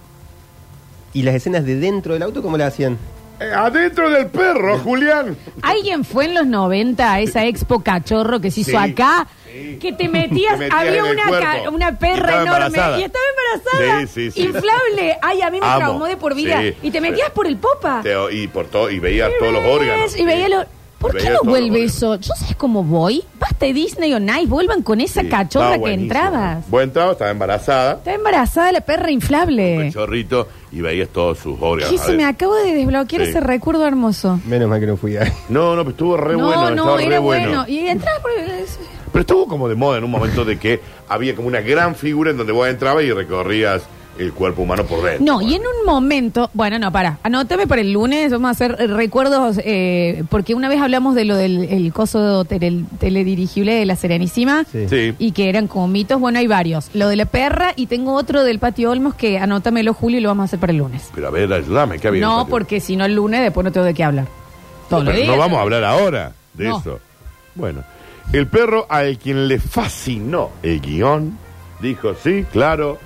Speaker 4: ¿Y las escenas de dentro del auto cómo las hacían?
Speaker 2: Eh, adentro del perro, Julián.
Speaker 3: ¿Alguien fue en los 90 a esa expo cachorro que se hizo
Speaker 2: Sí,
Speaker 3: acá?
Speaker 2: sí.
Speaker 3: Que te metías,
Speaker 2: Te metías
Speaker 3: había
Speaker 2: en el
Speaker 3: una,
Speaker 2: cuerpo.
Speaker 3: ca- una
Speaker 2: Y
Speaker 3: perra
Speaker 2: estaba
Speaker 3: enorme
Speaker 2: embarazada.
Speaker 3: y estaba embarazada.
Speaker 2: Sí, sí, sí.
Speaker 3: Inflable. Ay, a mí me
Speaker 2: Amo.
Speaker 3: traumó de por vida.
Speaker 2: Sí.
Speaker 3: Y te metías por el popa.
Speaker 2: Te- y por todo, y veía todos los órganos.
Speaker 3: Ah.
Speaker 2: Eh,
Speaker 3: Y veía lo- ¿Por
Speaker 2: Y
Speaker 3: qué
Speaker 2: veía
Speaker 3: no
Speaker 2: todos los
Speaker 3: vuelve
Speaker 2: órganos.
Speaker 3: eso? Yo sabes cómo voy. Basta de Disney o Nice, vuelvan con esa
Speaker 2: Sí,
Speaker 3: cachorra
Speaker 2: estaba
Speaker 3: que
Speaker 2: buenísimo.
Speaker 3: entrabas.
Speaker 2: Buen trago, estaba embarazada.
Speaker 3: Está embarazada la perra
Speaker 2: Un
Speaker 3: inflable.
Speaker 2: chorrito y veías todos sus órganos.
Speaker 3: Y se me
Speaker 2: adentro.
Speaker 3: acabo de desbloquear
Speaker 2: Sí.
Speaker 3: ese recuerdo hermoso.
Speaker 4: Menos mal que no fui ahí.
Speaker 2: No, no, pero estuvo re
Speaker 3: no,
Speaker 2: bueno.
Speaker 3: no,
Speaker 2: estaba re
Speaker 3: era
Speaker 2: bueno.
Speaker 3: Y entrabas por
Speaker 2: Pero estuvo como de moda en un momento de que había como una gran figura en donde vos entrabas y recorrías el cuerpo humano por dentro.
Speaker 3: No, y en un momento, bueno, no, para, anótame para el lunes, vamos a hacer eh, recuerdos, eh, porque una vez hablamos de lo del el coso tele- teledirigible de la Serenísima,
Speaker 4: Sí.
Speaker 2: Sí.
Speaker 3: y que eran como mitos, bueno, hay varios. Lo de la perra y tengo otro del patio Olmos que anótamelo, Julio, y lo vamos a hacer para el lunes.
Speaker 2: Pero a ver, ayúdame, ¿qué había? en el
Speaker 3: No,
Speaker 2: patio?
Speaker 3: porque si no el lunes después no tengo de qué hablar. Todos los
Speaker 2: Pero no
Speaker 3: días.
Speaker 2: vamos a hablar ahora de
Speaker 3: No.
Speaker 2: eso. Bueno, el perro al quien le fascinó el guión dijo, sí, claro,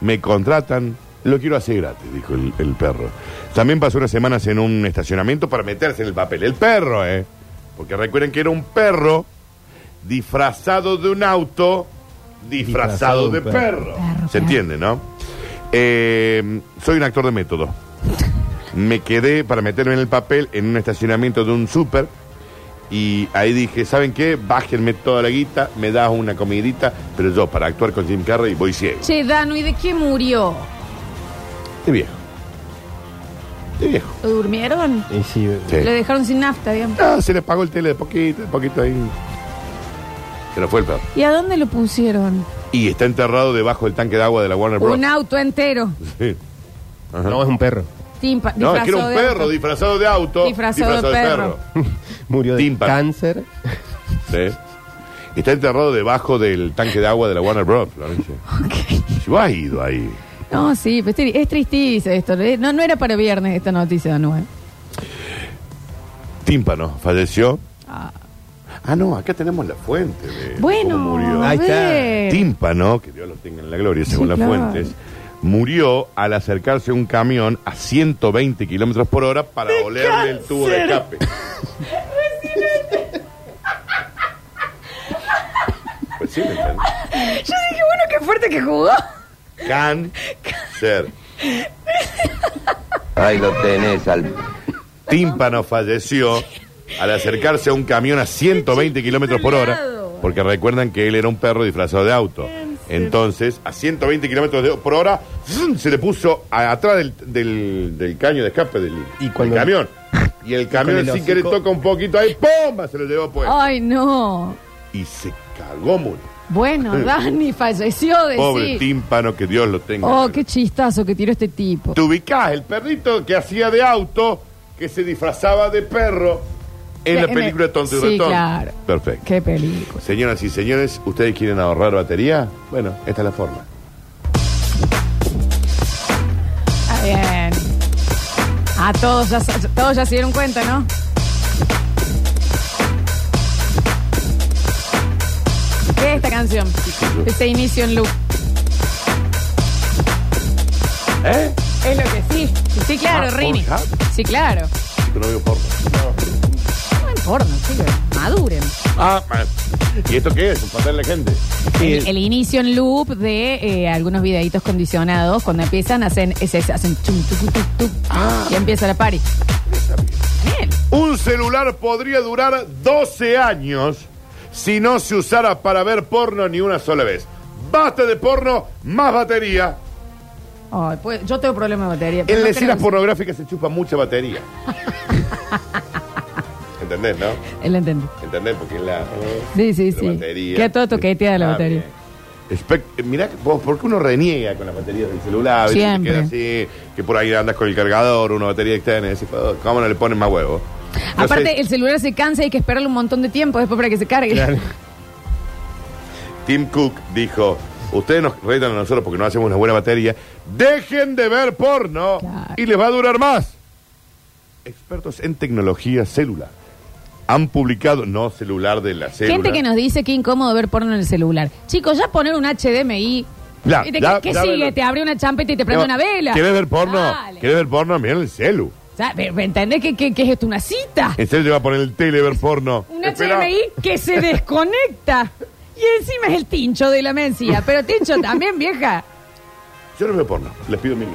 Speaker 2: me contratan, lo quiero hacer gratis, dijo el, el perro. También pasó unas semanas en un estacionamiento para meterse en el papel. El perro, ¿eh? Porque recuerden que era un perro disfrazado de un auto, disfrazado,
Speaker 4: Disfrazado de
Speaker 2: de
Speaker 4: un
Speaker 2: perro.
Speaker 4: perro.
Speaker 3: Perro,
Speaker 2: ¿Se
Speaker 3: perro.
Speaker 2: entiende, no? Eh, soy un actor de método. Me quedé para meterme en el papel en un estacionamiento de un súper y ahí dije, ¿saben qué? Bájenme toda la guita, me das una comidita, pero yo para actuar con Jim Carrey voy ciego.
Speaker 3: Che, Danu, ¿y de qué murió?
Speaker 2: De viejo. De viejo.
Speaker 3: ¿Lo durmieron?
Speaker 4: Y sí,
Speaker 2: Sí.
Speaker 3: Lo dejaron sin nafta, digamos.
Speaker 2: Ah, se le pagó el tele de poquito, de poquito ahí. Pero fue el perro.
Speaker 3: ¿Y a dónde lo pusieron?
Speaker 2: Y está enterrado debajo del tanque de agua de la Warner Bros.
Speaker 3: Un auto entero.
Speaker 2: Sí. Ajá.
Speaker 4: no es un perro.
Speaker 3: Timpa,
Speaker 2: No, es
Speaker 3: disfrazado
Speaker 2: que era un
Speaker 3: de
Speaker 2: perro
Speaker 3: auto.
Speaker 2: disfrazado de auto.
Speaker 3: Disfrazado de
Speaker 4: Murió de
Speaker 2: Tímpano.
Speaker 4: cáncer.
Speaker 2: perro. Sí. Está enterrado debajo del tanque de agua de la Warner Bros. Florencia.
Speaker 3: Ok.
Speaker 2: Si vos has ido ahí.
Speaker 3: No, sí, pero es tri- es tristísimo esto. eh. No, no era para viernes esta noticia, Danu. eh.
Speaker 2: Tímpano, falleció. Ah, no, acá tenemos la fuente. De
Speaker 3: Bueno,
Speaker 2: cómo murió.
Speaker 3: a
Speaker 4: Ahí está.
Speaker 3: ver.
Speaker 2: Tímpano, que Dios lo tenga en la gloria, según las
Speaker 3: claro.
Speaker 2: fuentes, murió al acercarse un camión a 120 kilómetros por hora para olerle el tubo de escape. Pues sí, me encanta.
Speaker 3: Yo dije, bueno, qué fuerte que jugó.
Speaker 2: Can ser.
Speaker 6: Ahí lo tenés al
Speaker 2: Tímpano falleció al acercarse a un camión a 120 kilómetros por hora.
Speaker 3: lado.
Speaker 2: Porque recuerdan que él era un perro disfrazado de auto. Entonces, a 120 kilómetros de- por hora, ¡zum! se le puso a- atrás del, del- del caño de escape del,
Speaker 4: Y
Speaker 2: del
Speaker 4: cuando-
Speaker 2: camión. Y el camión,
Speaker 4: el
Speaker 2: sin querer,
Speaker 4: hocico-
Speaker 2: toca un poquito ahí, ¡pomba! Se lo llevó pues.
Speaker 3: Ay, no.
Speaker 2: Y se cagó muy.
Speaker 3: Bueno, Dani falleció de
Speaker 2: Pobre
Speaker 3: Pues sí.
Speaker 2: tímpano, que Dios lo tenga.
Speaker 3: Oh, qué chistazo que tiró este tipo.
Speaker 2: Te ubicás, el perrito que hacía de auto, que se disfrazaba de perro en
Speaker 3: Eh,
Speaker 2: la
Speaker 3: en
Speaker 2: película
Speaker 3: el-
Speaker 2: Tonto y
Speaker 3: sí,
Speaker 2: Ratón.
Speaker 3: claro.
Speaker 2: Perfecto.
Speaker 3: Qué peligro.
Speaker 2: Señoras y señores, ¿ustedes quieren ahorrar batería? Bueno, esta es la forma.
Speaker 3: Está bien. A todos ya, sa- todos ya se dieron cuenta, ¿no? ¿Qué es esta canción? Este inicio en loop.
Speaker 2: ¿Eh?
Speaker 3: Es lo que sí. Sí, claro,
Speaker 2: Ah,
Speaker 3: Rini.
Speaker 2: Pornhub.
Speaker 3: Sí, claro.
Speaker 2: Chico, no veo porno.
Speaker 3: No en porno, chicos. Maduren.
Speaker 2: Ah, man. ¿y esto qué es? ¿Un papel de gente?
Speaker 3: El, el inicio en loop de eh, algunos videitos condicionados, cuando empiezan, hacen ese, hacen chum, tucu, tuc, tuc, y empieza la party. Bien.
Speaker 2: Un celular podría durar 12 años si no se usara para ver porno ni una sola vez. Basta de porno, más batería.
Speaker 3: Ay, pues, yo tengo problema de batería. pero
Speaker 2: En
Speaker 3: no
Speaker 2: las escenas
Speaker 3: creo-
Speaker 2: pornográficas se chupa mucha batería. ¿Entendés, no?
Speaker 3: Él entendí.
Speaker 2: ¿Entendés? Porque es la. eh,
Speaker 3: Sí, sí,
Speaker 2: la
Speaker 3: sí.
Speaker 2: batería.
Speaker 3: Que a todo toquetea la
Speaker 2: Ah,
Speaker 3: batería.
Speaker 2: bien. Espec- eh, mirá, que vos, ¿por qué uno reniega con las baterías del celular? ¿viste?
Speaker 3: Siempre.
Speaker 2: Que queda así, que por ahí andas con el cargador, una batería externa, y decís, "Oh, ¿cómo no le pones más huevo? Entonces,
Speaker 3: Aparte, el celular se cansa y hay que esperarle un montón de tiempo después para que se cargue.
Speaker 4: Claro.
Speaker 2: Tim Cook dijo, ustedes nos retan a nosotros porque no hacemos una buena batería, dejen de ver porno
Speaker 3: Claro.
Speaker 2: y les va a durar más. Expertos en tecnología celular han publicado, no celular de la célula.
Speaker 3: Gente que nos dice que incómodo ver porno en el celular. Chicos, ya poner un HDMI.
Speaker 2: Ya,
Speaker 3: ¿Y de
Speaker 2: ya,
Speaker 3: ¿Qué, qué
Speaker 2: ya
Speaker 3: sigue?
Speaker 2: velo.
Speaker 3: Te abre una champeta y te prende una vela.
Speaker 2: ¿Quieres ver porno?
Speaker 3: Dale.
Speaker 2: ¿Quieres ver porno? Miren el celu.
Speaker 3: O sea, ¿me- me ¿Entendés que, que- que es esto? ¿Una cita?
Speaker 2: En serio te va a poner el tele a ver porno.
Speaker 3: Un
Speaker 2: Eh, Espera.
Speaker 3: HDMI que se desconecta. Y encima es el tincho de la mencía. Pero tincho también, vieja.
Speaker 2: Yo no veo porno. Les pido mil.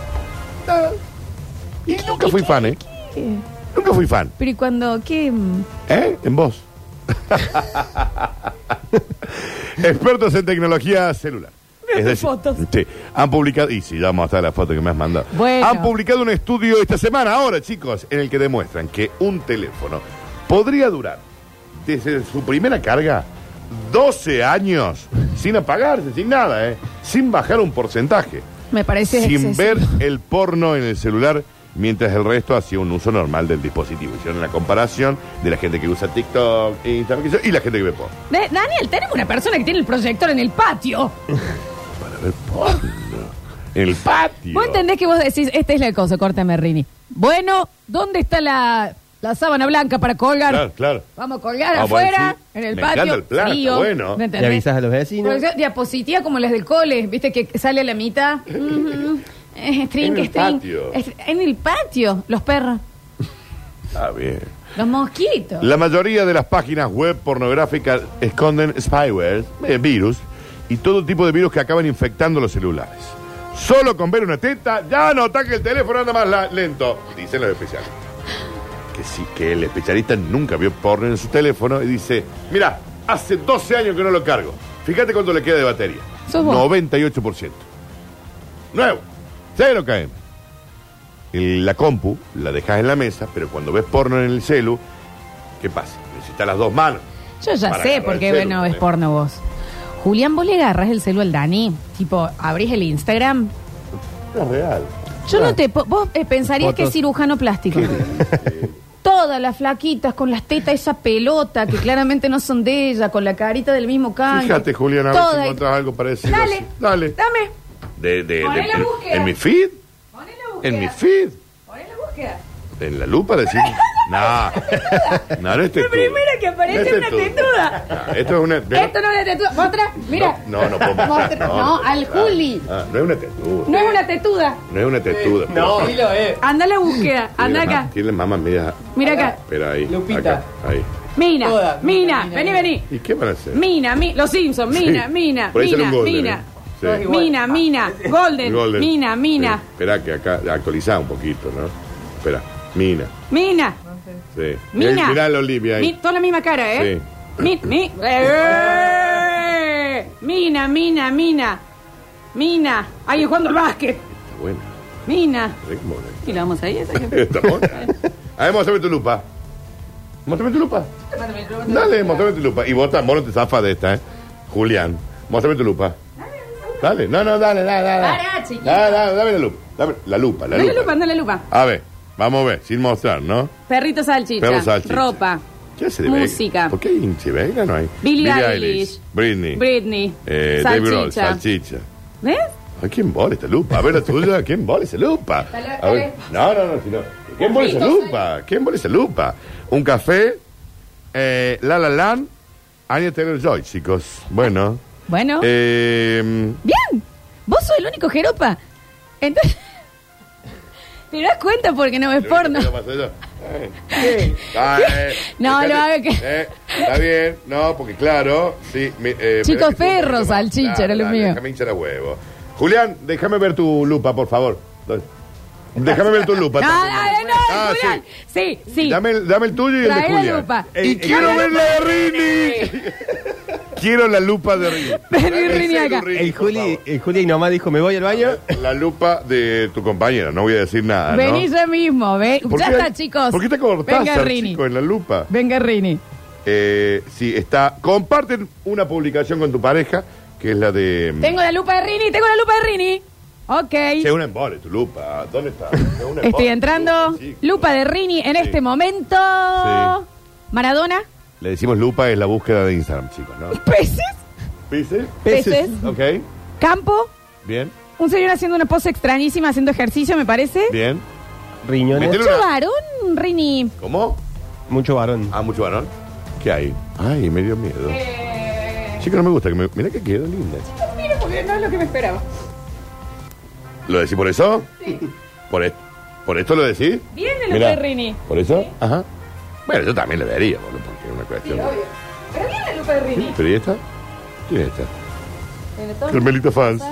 Speaker 2: Y nunca fui fan, ¿eh? Nunca fui fan.
Speaker 3: Pero ¿y cuando qué? Mm,
Speaker 2: ¿Eh? En voz. Expertos en tecnología celular.
Speaker 3: Veo fotos.
Speaker 2: sí, han publicado, y si ya vamos a estar la foto que me has mandado.
Speaker 3: Bueno.
Speaker 2: Han publicado un estudio esta semana, ahora chicos, en el que demuestran que un teléfono podría durar desde su primera carga 12 años sin apagarse, sin nada, ¿eh? sin bajar un porcentaje.
Speaker 3: Me parece
Speaker 2: sin
Speaker 3: excesivo.
Speaker 2: ver el porno en el celular, mientras el resto hacía un uso normal del dispositivo. Hicieron la comparación de la gente que usa TikTok, Instagram qué sé yo, y la gente que ve porno.
Speaker 3: De- Daniel, tenemos una persona que tiene el proyector en el patio.
Speaker 2: Para ver porno. En el patio.
Speaker 3: Vos entendés que vos decís, esta es la cosa, córtame, Rini. Bueno, ¿dónde está la, la sábana blanca para colgar?
Speaker 2: Claro, claro.
Speaker 3: Vamos a colgar
Speaker 2: Ah, bueno,
Speaker 3: afuera,
Speaker 2: sí.
Speaker 3: en el
Speaker 2: Me
Speaker 3: patio.
Speaker 2: encanta el plan, está
Speaker 3: frío,
Speaker 2: bueno.
Speaker 3: ¿me
Speaker 4: Le
Speaker 3: entendés?
Speaker 4: avisas a los vecinos.
Speaker 3: Producción diapositiva como las del cole, viste que sale a la mitad. Mm, Ujú. Eh, string,
Speaker 2: En el
Speaker 3: string.
Speaker 2: patio.
Speaker 3: Es- En el patio, los perros,
Speaker 2: Está bien.
Speaker 3: los mosquitos.
Speaker 2: La mayoría de las páginas web pornográficas esconden spyware, eh, virus, y todo tipo de virus que acaban infectando los celulares. Solo con ver una teta, ya nota que el teléfono anda más la- lento, dicen los especialistas. Que sí, que el especialista nunca vio porno en su teléfono y dice, mira, hace 12 años que no lo cargo. Fíjate cuánto le queda de batería.
Speaker 3: Sos vos.
Speaker 2: 98%. Nuevo. 0 KM. El- la compu la dejas en la mesa, pero cuando ves porno en el celu, ¿qué pasa? Necesitas las dos manos.
Speaker 3: Yo ya
Speaker 2: Para
Speaker 3: sé
Speaker 2: agarrar
Speaker 3: por qué
Speaker 2: el celu,
Speaker 3: no ves
Speaker 2: eh.
Speaker 3: porno vos. Julián, vos le agarras el celu al Dani, tipo, abrís el Instagram.
Speaker 2: No es real.
Speaker 3: Yo no te... po- Vos eh, pensarías que es
Speaker 4: Fotos.
Speaker 3: cirujano plástico. Todas las flaquitas con las tetas, esa pelota que claramente no son de ella, con la carita del mismo cambio.
Speaker 2: Fíjate, Julián, a ver si encontrás algo parecido.
Speaker 3: Dale,
Speaker 2: así. Dale.
Speaker 3: Dame.
Speaker 2: De, de-
Speaker 3: Poné
Speaker 2: de-
Speaker 3: la
Speaker 2: en-
Speaker 3: búsqueda.
Speaker 2: en mi feed.
Speaker 3: Poné la búsqueda.
Speaker 2: En mi feed.
Speaker 3: Poné la búsqueda.
Speaker 2: En la lupa decir. No. No, no es
Speaker 3: La
Speaker 2: tetuda.
Speaker 3: primera que aparece
Speaker 2: No es
Speaker 3: es una
Speaker 2: tetuda. No, esto es una.
Speaker 3: Esto no es una tetuda. ¿Mostra? Mira.
Speaker 2: No, no, no puedo mostrar.
Speaker 3: Mostra- No, al
Speaker 2: puedo mostrar.
Speaker 3: Juli.
Speaker 2: Ah, no es una tetuda.
Speaker 3: No es una tetuda.
Speaker 2: No es una tetuda.
Speaker 4: No,
Speaker 2: Tiene
Speaker 3: Anda a la búsqueda. Anda
Speaker 2: ma-
Speaker 3: acá.
Speaker 2: Tiene mamá media.
Speaker 3: Mira acá.
Speaker 2: Espera ahí.
Speaker 6: Lupita.
Speaker 2: acá, ahí.
Speaker 3: Mina.
Speaker 6: Todas,
Speaker 3: Mina.
Speaker 6: mina,
Speaker 3: Vení,
Speaker 6: mina,
Speaker 3: vení.
Speaker 2: ¿Y qué van a hacer?
Speaker 3: Mina, mi- los Simpsons. Mina,
Speaker 2: Sí.
Speaker 3: mina,
Speaker 2: Por ahí sale
Speaker 3: mina,
Speaker 2: un golden,
Speaker 3: mina.
Speaker 2: ¿eh? Sí.
Speaker 6: Todas igual.
Speaker 3: Mina, mina. Golden.
Speaker 2: Golden.
Speaker 3: Mina, mina.
Speaker 2: Sí. Espera que acá actualizá un poquito, ¿no? Espera. Mina.
Speaker 3: Mina.
Speaker 2: Sí.
Speaker 3: Mina.
Speaker 2: Mirá la Olivia ahí.
Speaker 3: Mi- toda la misma cara, ¿eh? Mi- mi- ¡Eh! Mina, mina, mina. Mina. Ahí jugando al básquet.
Speaker 2: Está buena.
Speaker 3: Mina.
Speaker 2: Mirá cómo la-
Speaker 3: Y la vamos ahí. esa que-
Speaker 2: Está buena. A ver, mostrame tu lupa. Mostrame tu lupa. Dale, mostrame tu lupa. Y vos, tam- vos no te zafas de esta, ¿eh? Julián, mostrame tu lupa. Dale, no, no, dale, dale, dale.
Speaker 3: Pará, chiquito.
Speaker 2: Dale, dale, dame la lupa. Dame la lupa, la
Speaker 3: Dale
Speaker 2: lupa.
Speaker 3: lupa, dale lupa.
Speaker 2: A ver, vamos a ver, sin mostrar, ¿no?
Speaker 3: Perrito salchicha.
Speaker 2: Perro salchicha.
Speaker 3: Ropa.
Speaker 2: ¿Qué hace de
Speaker 3: Música.
Speaker 2: Vega? ¿Por qué hay hinche Vega? No hay.
Speaker 3: Billie
Speaker 2: Billie
Speaker 3: Eilish.
Speaker 2: Britney.
Speaker 3: Britney.
Speaker 2: Eh, Dave Grohl,
Speaker 3: salchicha.
Speaker 2: salchicha.
Speaker 3: ¿Ves?
Speaker 2: ¿A quién bola esta lupa? A ver la tuya, ¿quién bola esa lupa?
Speaker 3: Dale,
Speaker 2: A ver, no, no, no, si no. ¿Quién bola esa lupa? ¿Quién bola esa lupa? Un café, eh, La La Land, Anya Taylor-Joy, chicos. Bueno.
Speaker 3: Bueno.
Speaker 2: Eh,
Speaker 3: Bien. Vos sos el único jeropa. Entonces. Te das cuenta porque no ves porno. No, no, a ver qué-
Speaker 2: Eh, está bien, no, porque claro, sí. mi- eh, mirá que
Speaker 3: Chicos
Speaker 2: tú un
Speaker 3: perros,
Speaker 2: poquito más.
Speaker 3: salchicha,
Speaker 2: Dale,
Speaker 3: era lo
Speaker 2: dale,
Speaker 3: mío.
Speaker 2: Déjame hinchar a huevo. Julián, déjame ver tu lupa, por favor. Dale. Déjame ver tu lupa.
Speaker 3: No, no,
Speaker 2: también.
Speaker 3: no, no,
Speaker 2: Ah,
Speaker 3: Julián.
Speaker 2: sí.
Speaker 3: Sí, sí.
Speaker 2: Dame, el- dame el tuyo y el de
Speaker 3: Trae la
Speaker 2: Julián.
Speaker 3: lupa.
Speaker 2: Y
Speaker 3: Eh,
Speaker 2: quiero
Speaker 3: eh,
Speaker 2: ver la de Rini. quiero la lupa de Rini.
Speaker 3: Vení,
Speaker 2: Dame el
Speaker 3: Rini,
Speaker 2: celu,
Speaker 3: acá.
Speaker 2: Rini,
Speaker 4: El
Speaker 2: por
Speaker 4: Juli, el Juli nomás dijo, me voy al baño.
Speaker 2: favor. La lupa de tu compañera, no voy a decir nada. Ah, ¿no?
Speaker 3: Vení ya mismo. Ve.
Speaker 2: ¿Por
Speaker 3: Ya
Speaker 2: qué-
Speaker 3: está, chicos.
Speaker 2: ¿Por qué te cortás,
Speaker 3: Venga, Rini.
Speaker 2: chico, en la lupa?
Speaker 3: Venga, Rini.
Speaker 2: Eh, sí, está. Comparten una publicación con tu pareja, que es la de. mm,
Speaker 3: Tengo la lupa de Rini, tengo la lupa de Rini.
Speaker 2: Se
Speaker 3: Ok.
Speaker 2: une embole, tu lupa. ¿Dónde está? Se une embole,
Speaker 3: Estoy
Speaker 2: tu
Speaker 3: entrando.
Speaker 2: chico.
Speaker 3: Lupa de Rini en
Speaker 2: Sí.
Speaker 3: este momento.
Speaker 2: Sí.
Speaker 3: Maradona.
Speaker 2: Le decimos lupa, es la búsqueda de Instagram, chicos, ¿no?
Speaker 3: Peces.
Speaker 2: ¿Viste?
Speaker 3: Peces.
Speaker 2: Ok.
Speaker 3: Campo.
Speaker 2: Bien,
Speaker 3: Un señor haciendo una pose extrañísima, haciendo ejercicio, me parece.
Speaker 2: bien.
Speaker 4: Riñones.
Speaker 2: Metele
Speaker 3: Mucho
Speaker 2: una-
Speaker 3: varón, Rini.
Speaker 2: ¿Cómo?
Speaker 4: Mucho varón.
Speaker 2: Ah, mucho varón. ¿Qué hay? Ay, me dio miedo. Chico, no me gusta. Que me... Mira que quedó linda.
Speaker 3: Mira, porque no es lo que me esperaba.
Speaker 2: ¿Lo decís por eso? Sí. ¿Por, est- ¿Por esto lo decís?
Speaker 3: Viene
Speaker 2: lo
Speaker 3: lo
Speaker 2: Mirá.
Speaker 3: de
Speaker 2: de Rini.
Speaker 3: Rini.
Speaker 2: ¿Por eso? Ajá. Bueno, yo también le vería, boludo, porque es una cuestión.
Speaker 3: Pero viene la lupa de Rini.
Speaker 2: ¿Pero y esta? ¿Quién es esta? Carmelita Fans.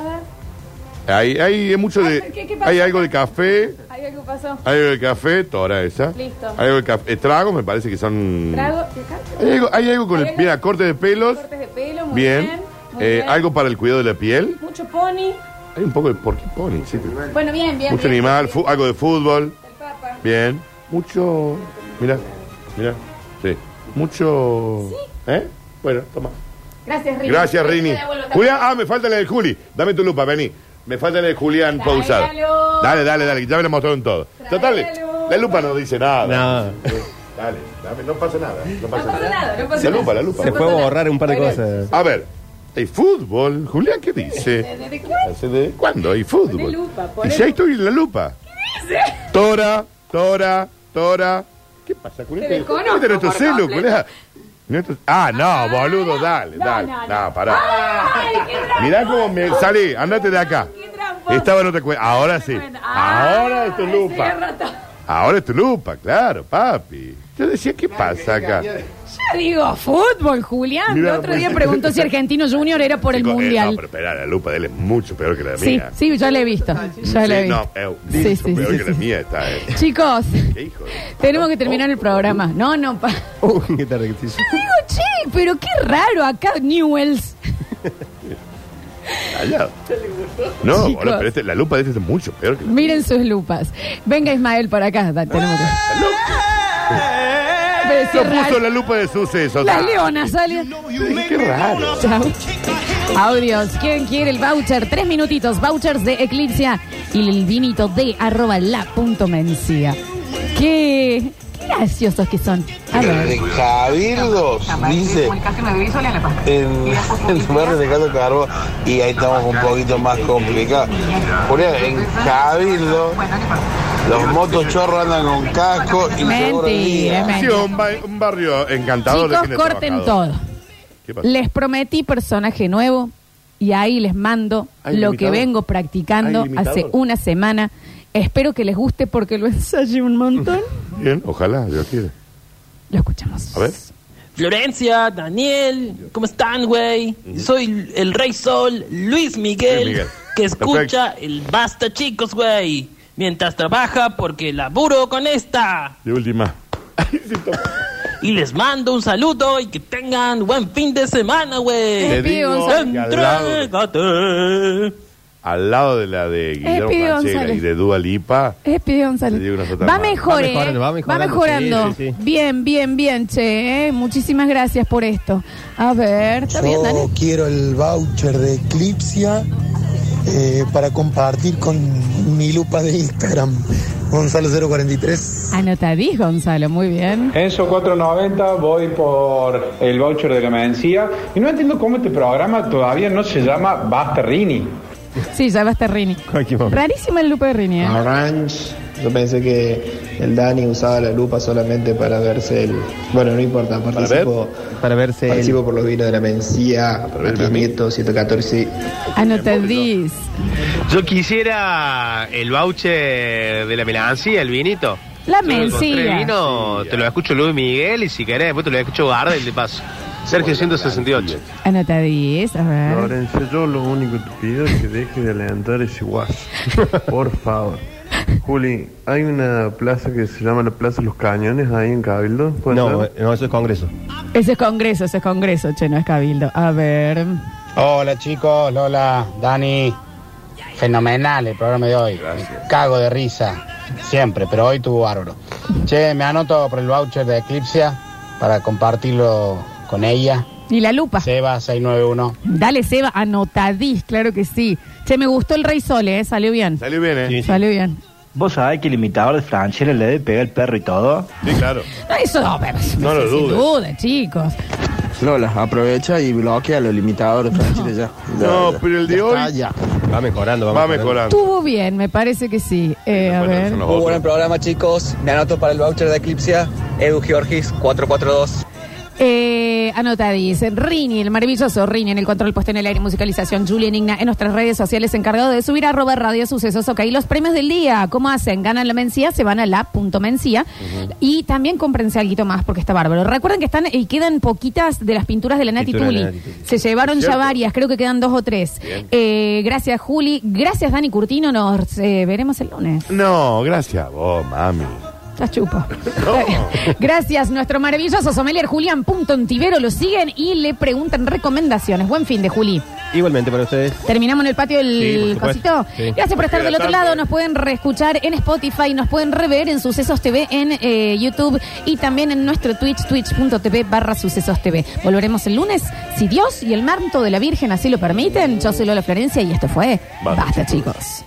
Speaker 2: Hay, hay mucho de.
Speaker 3: Ay, ¿qué- qué pasa?
Speaker 2: hay algo de café.
Speaker 3: Hay algo que pasó.
Speaker 2: Hay algo de café, Tora esa.
Speaker 3: Listo.
Speaker 2: Hay algo de café. eh, tragos, me parece que son.
Speaker 3: Trago. ¿y acá?
Speaker 2: Hay algo, hay algo con
Speaker 3: Hay
Speaker 2: el.
Speaker 3: algo-
Speaker 2: Mira, corte de pelos.
Speaker 3: Cortes de pelo, muy
Speaker 2: bien.
Speaker 3: bien. muy
Speaker 2: Eh,
Speaker 3: bien.
Speaker 2: Algo para el cuidado de la piel.
Speaker 3: Mucho pony.
Speaker 2: Hay un poco de. ¿Por qué pony? Sí, pero-
Speaker 3: Bueno, bien, bien.
Speaker 2: mucho
Speaker 3: bien,
Speaker 2: animal,
Speaker 3: bien.
Speaker 2: fu- algo de fútbol.
Speaker 3: El papa.
Speaker 2: Bien. Mucho. Mira, mira. Sí. Mucho. ¿Eh? Bueno, toma.
Speaker 3: Gracias, Rini.
Speaker 2: Gracias,
Speaker 3: Te
Speaker 2: Rini.
Speaker 3: devuelvo también.
Speaker 2: Julián, ah, me falta la del Juli. Dame tu lupa, vení. Me falta la de Julián
Speaker 3: Tráigalo.
Speaker 2: Pausado. Dale, dale, dale, que ya me la mostraron todo. Total,
Speaker 3: Tráigalo.
Speaker 2: la lupa no dice nada.
Speaker 4: No.
Speaker 2: Dale, dame, no pasa nada. No
Speaker 3: No
Speaker 2: pasa
Speaker 3: pasa
Speaker 2: nada.
Speaker 3: nada, no pasa
Speaker 2: La
Speaker 3: nada.
Speaker 2: lupa, la lupa.
Speaker 4: Se
Speaker 3: No
Speaker 4: fue a
Speaker 3: pasa
Speaker 4: borrar
Speaker 3: nada.
Speaker 4: un par de
Speaker 3: Bueno,
Speaker 4: cosas.
Speaker 2: A ver, ¿hay fútbol? Julián, ¿qué dice?
Speaker 3: ¿Desde cuándo?
Speaker 2: ¿Desde cuándo hay
Speaker 3: Poné
Speaker 2: fútbol?
Speaker 3: lupa, poné
Speaker 2: Y si ahí
Speaker 3: lupa.
Speaker 2: estoy en la lupa. Tora, Tora, Tora. ¿Qué pasa, Julián?
Speaker 3: Te desconozco
Speaker 2: ¿Viste nuestro
Speaker 3: por
Speaker 2: celu,
Speaker 3: completo.
Speaker 2: Julián? Nuestro- Ah, no, boludo, dale,
Speaker 3: no,
Speaker 2: dale.
Speaker 3: no,
Speaker 2: No,
Speaker 3: no.
Speaker 2: pará.
Speaker 3: Ay, qué tramposo.
Speaker 2: Mirá cómo me salí, andate de acá.
Speaker 3: Qué tramposo.
Speaker 2: Estaba en otra cuenta. Ahora sí.
Speaker 3: Ah,
Speaker 2: Ahora es tu
Speaker 3: ese
Speaker 2: lupa.
Speaker 3: rato.
Speaker 2: Ahora es tu lupa, claro, papi. Yo decía, ¿qué pasa acá?
Speaker 3: Ya digo, fútbol, Julián.
Speaker 2: Mira,
Speaker 3: el otro
Speaker 2: pues.
Speaker 3: día preguntó si Argentino Junior era por el
Speaker 2: Chico, eh,
Speaker 3: Mundial.
Speaker 2: no, pero espera, la lupa de él es mucho peor que la
Speaker 3: sí,
Speaker 2: mía.
Speaker 3: sí, ya lo he visto. Ya
Speaker 2: Ah, Sí,
Speaker 3: lo he visto.
Speaker 2: no, eh,
Speaker 3: Sí,
Speaker 2: mucho
Speaker 3: sí,
Speaker 2: peor
Speaker 3: sí,
Speaker 2: que
Speaker 3: sí,
Speaker 2: la
Speaker 3: sí.
Speaker 2: mía está. eh.
Speaker 3: Chicos,
Speaker 2: Qué hijo de-
Speaker 3: tenemos que terminar el programa. No, no, pa.
Speaker 4: Uy, qué tarde que te hizo.
Speaker 3: Digo, che, pero qué raro acá Newells.
Speaker 2: Callado. No,
Speaker 3: Chicos.
Speaker 2: boludo, pero este- la lupa de este es mucho peor que la
Speaker 3: Miren sus lupas. Venga Ismael para acá. da- Tenemos que...
Speaker 2: La lupa.
Speaker 3: Pero sí,
Speaker 2: Yo
Speaker 3: raro.
Speaker 2: puso la lupa de sucesos.
Speaker 3: La leona sale.
Speaker 2: Sí, Qué raro.
Speaker 3: Chao. Audios. ¿Quién quiere el voucher? Tres minutitos. Vouchers de Eclipse y el vinito de arroba la punto mencía. Qué qué graciosos que son. A ver.
Speaker 6: Cabildos, dice. En, en su barrio de Cato Carbo, y ahí estamos un poquito más complicados. Julián, en Cabildo, los motos chorros andan con casco y seguro de
Speaker 3: Mentira,
Speaker 6: vida.
Speaker 2: Sí,
Speaker 3: mentira.
Speaker 2: un, ba- un barrio encantador. de
Speaker 3: Chicos,
Speaker 2: gente
Speaker 3: corten
Speaker 2: trabajadora.
Speaker 3: todo.
Speaker 2: ¿Qué pasa?
Speaker 3: Les prometí personaje nuevo y ahí les mando
Speaker 2: Hay
Speaker 3: lo
Speaker 2: imitador.
Speaker 3: que vengo practicando
Speaker 2: Hay imitador.
Speaker 3: hace una semana. Espero que les guste porque lo ensayé un montón.
Speaker 2: Bien, ojalá, Dios quiera.
Speaker 3: Lo escuchamos.
Speaker 2: A ver.
Speaker 7: Florencia, Daniel, ¿cómo están, güey? Soy el Rey Sol, Luis Miguel,
Speaker 2: Luis Miguel.
Speaker 7: que escucha el Basta Chicos, güey, mientras trabaja porque laburo con esta.
Speaker 2: De última. Ay, sí, toma.
Speaker 7: Y les mando un saludo y que tengan buen fin de semana,
Speaker 2: Te
Speaker 7: güey.
Speaker 3: Les pido
Speaker 2: digo
Speaker 3: Gonzalo.
Speaker 2: que al lado,
Speaker 7: Entrégate.
Speaker 2: al lado de la de Guillermo
Speaker 3: pido
Speaker 2: Francella
Speaker 3: González.
Speaker 2: y de Dua Lipa.
Speaker 3: Es Pidi
Speaker 2: Te digo una
Speaker 3: González.
Speaker 2: sota
Speaker 3: Eh, Va
Speaker 2: más.
Speaker 3: mejor,
Speaker 4: Va
Speaker 3: eh.
Speaker 4: mejorando, va
Speaker 3: Va
Speaker 4: mejorando,
Speaker 3: mejorando.
Speaker 4: sí, sí, sí.
Speaker 3: Bien, bien, bien, che. eh. Muchísimas gracias por esto. A ver, ¿está bien, Dani?
Speaker 8: Yo quiero el voucher de Eclipsia eh, para compartir con mi lupa de Instagram, Gonzalo043.
Speaker 3: Anotadís, Gonzalo, muy bien.
Speaker 9: Enzo 490, voy por el voucher de la mencía y no entiendo cómo este programa todavía no se llama Basta Rini.
Speaker 3: Sí, ya va a estar Rini.
Speaker 4: Cualquier momento.
Speaker 3: Rarísima el lupa de Rini, eh.
Speaker 10: Orange. Yo pensé que el Dani usaba la lupa solamente para verse el. Bueno, no importa,
Speaker 2: ver?
Speaker 10: participo,
Speaker 4: Para verse. el-
Speaker 10: participo por los vinos de la Mencía,
Speaker 2: ver,
Speaker 10: aquí
Speaker 2: a mí.
Speaker 10: Nieto 114.
Speaker 3: Ah, Anotadís.
Speaker 11: Yo quisiera el voucher de la melancia, el vinito.
Speaker 3: La
Speaker 11: Yo lo encontré el
Speaker 3: mencilla.
Speaker 11: vino, te lo escucho Luis Miguel y si querés después te lo escucho Gardel de paso. Sergio 168.
Speaker 3: Ah, Anotadís, a ver.
Speaker 8: Lorenzo, yo lo único que te pido es que deje de alentar ese guas. Por favor. Juli, hay una plaza que se llama la Plaza de los Cañones ahí en Cabildo. ¿Puede
Speaker 4: No,
Speaker 8: ser?
Speaker 4: eh, no, eso es Congreso.
Speaker 3: Ese es congreso, ese es congreso, che, no es cabildo. A ver.
Speaker 12: Hola chicos, Lola, Dani. Fenomenal el programa de hoy. Me Cago de risa. Siempre, pero hoy tuvo bárbaro. Che, me anoto por el voucher de Eclipsia para compartirlo con ella.
Speaker 3: Y la lupa.
Speaker 12: Seba 691.
Speaker 3: Dale, Seba, anotadís, claro que sí. Che, me gustó el Rey Sole, eh. Salió bien.
Speaker 2: Salió bien, ¿eh?
Speaker 4: Sí.
Speaker 3: Salió bien.
Speaker 6: ¿Vos sabés que el imitador de Franchella le debe pegar el perro y todo?
Speaker 2: Sí, claro.
Speaker 3: No, eso no, pero,
Speaker 2: No lo
Speaker 3: sin
Speaker 2: dudes.
Speaker 3: duda, chicos.
Speaker 6: Lola, aprovecha y bloquea los limitadores de Franchella ya.
Speaker 2: No, pero el de hoy
Speaker 4: Va mejorando,
Speaker 2: va mejorando.
Speaker 3: Estuvo bien, me parece que sí. Eh, a
Speaker 2: Bueno,
Speaker 3: ver.
Speaker 2: son los
Speaker 10: Muy
Speaker 2: otros.
Speaker 10: buen programa, chicos. Me anoto para el voucher de Eclipsia, Edu Georgis 442.
Speaker 3: Eh, anota, dice Rini, el maravilloso Rini en el control puesto en el aire, musicalización, Julian Igna en nuestras redes sociales, encargado de subir a arroba radio sucesos. Ok, los premios del día, ¿cómo hacen? Ganan la mencía, se van a la punto mencía y también cómprense algo más porque está bárbaro. Recuerden que están y quedan poquitas de las pinturas de la Nati
Speaker 4: Pintura de
Speaker 3: Tuli.
Speaker 4: la Nati Tuli.
Speaker 3: Se llevaron ya
Speaker 2: ¿Cierto?
Speaker 3: varias, creo que quedan dos o tres.
Speaker 2: Bien.
Speaker 3: Eh, gracias, Juli. Gracias, Dani Curtino. Nos eh, veremos el lunes.
Speaker 2: No, gracias a vos, mami.
Speaker 3: Ya chupa. Gracias, nuestro maravilloso sommelier Julián Punto Ontivero. Lo siguen y le preguntan recomendaciones. Buen fin de Juli.
Speaker 4: Igualmente para ustedes.
Speaker 3: Terminamos en el patio
Speaker 4: Sí, por
Speaker 3: el
Speaker 4: supuesto.
Speaker 3: cosito.
Speaker 4: Sí.
Speaker 3: Gracias por estar del otro lado. Nos pueden reescuchar en Spotify, nos pueden rever en Sucesos TV en eh, YouTube y también en nuestro Twitch, twitch.tv barra Sucesos TV. Volveremos el lunes, si Dios y el manto de la Virgen así lo permiten. Yo soy Lola Florencia y esto fue Basta, chicos.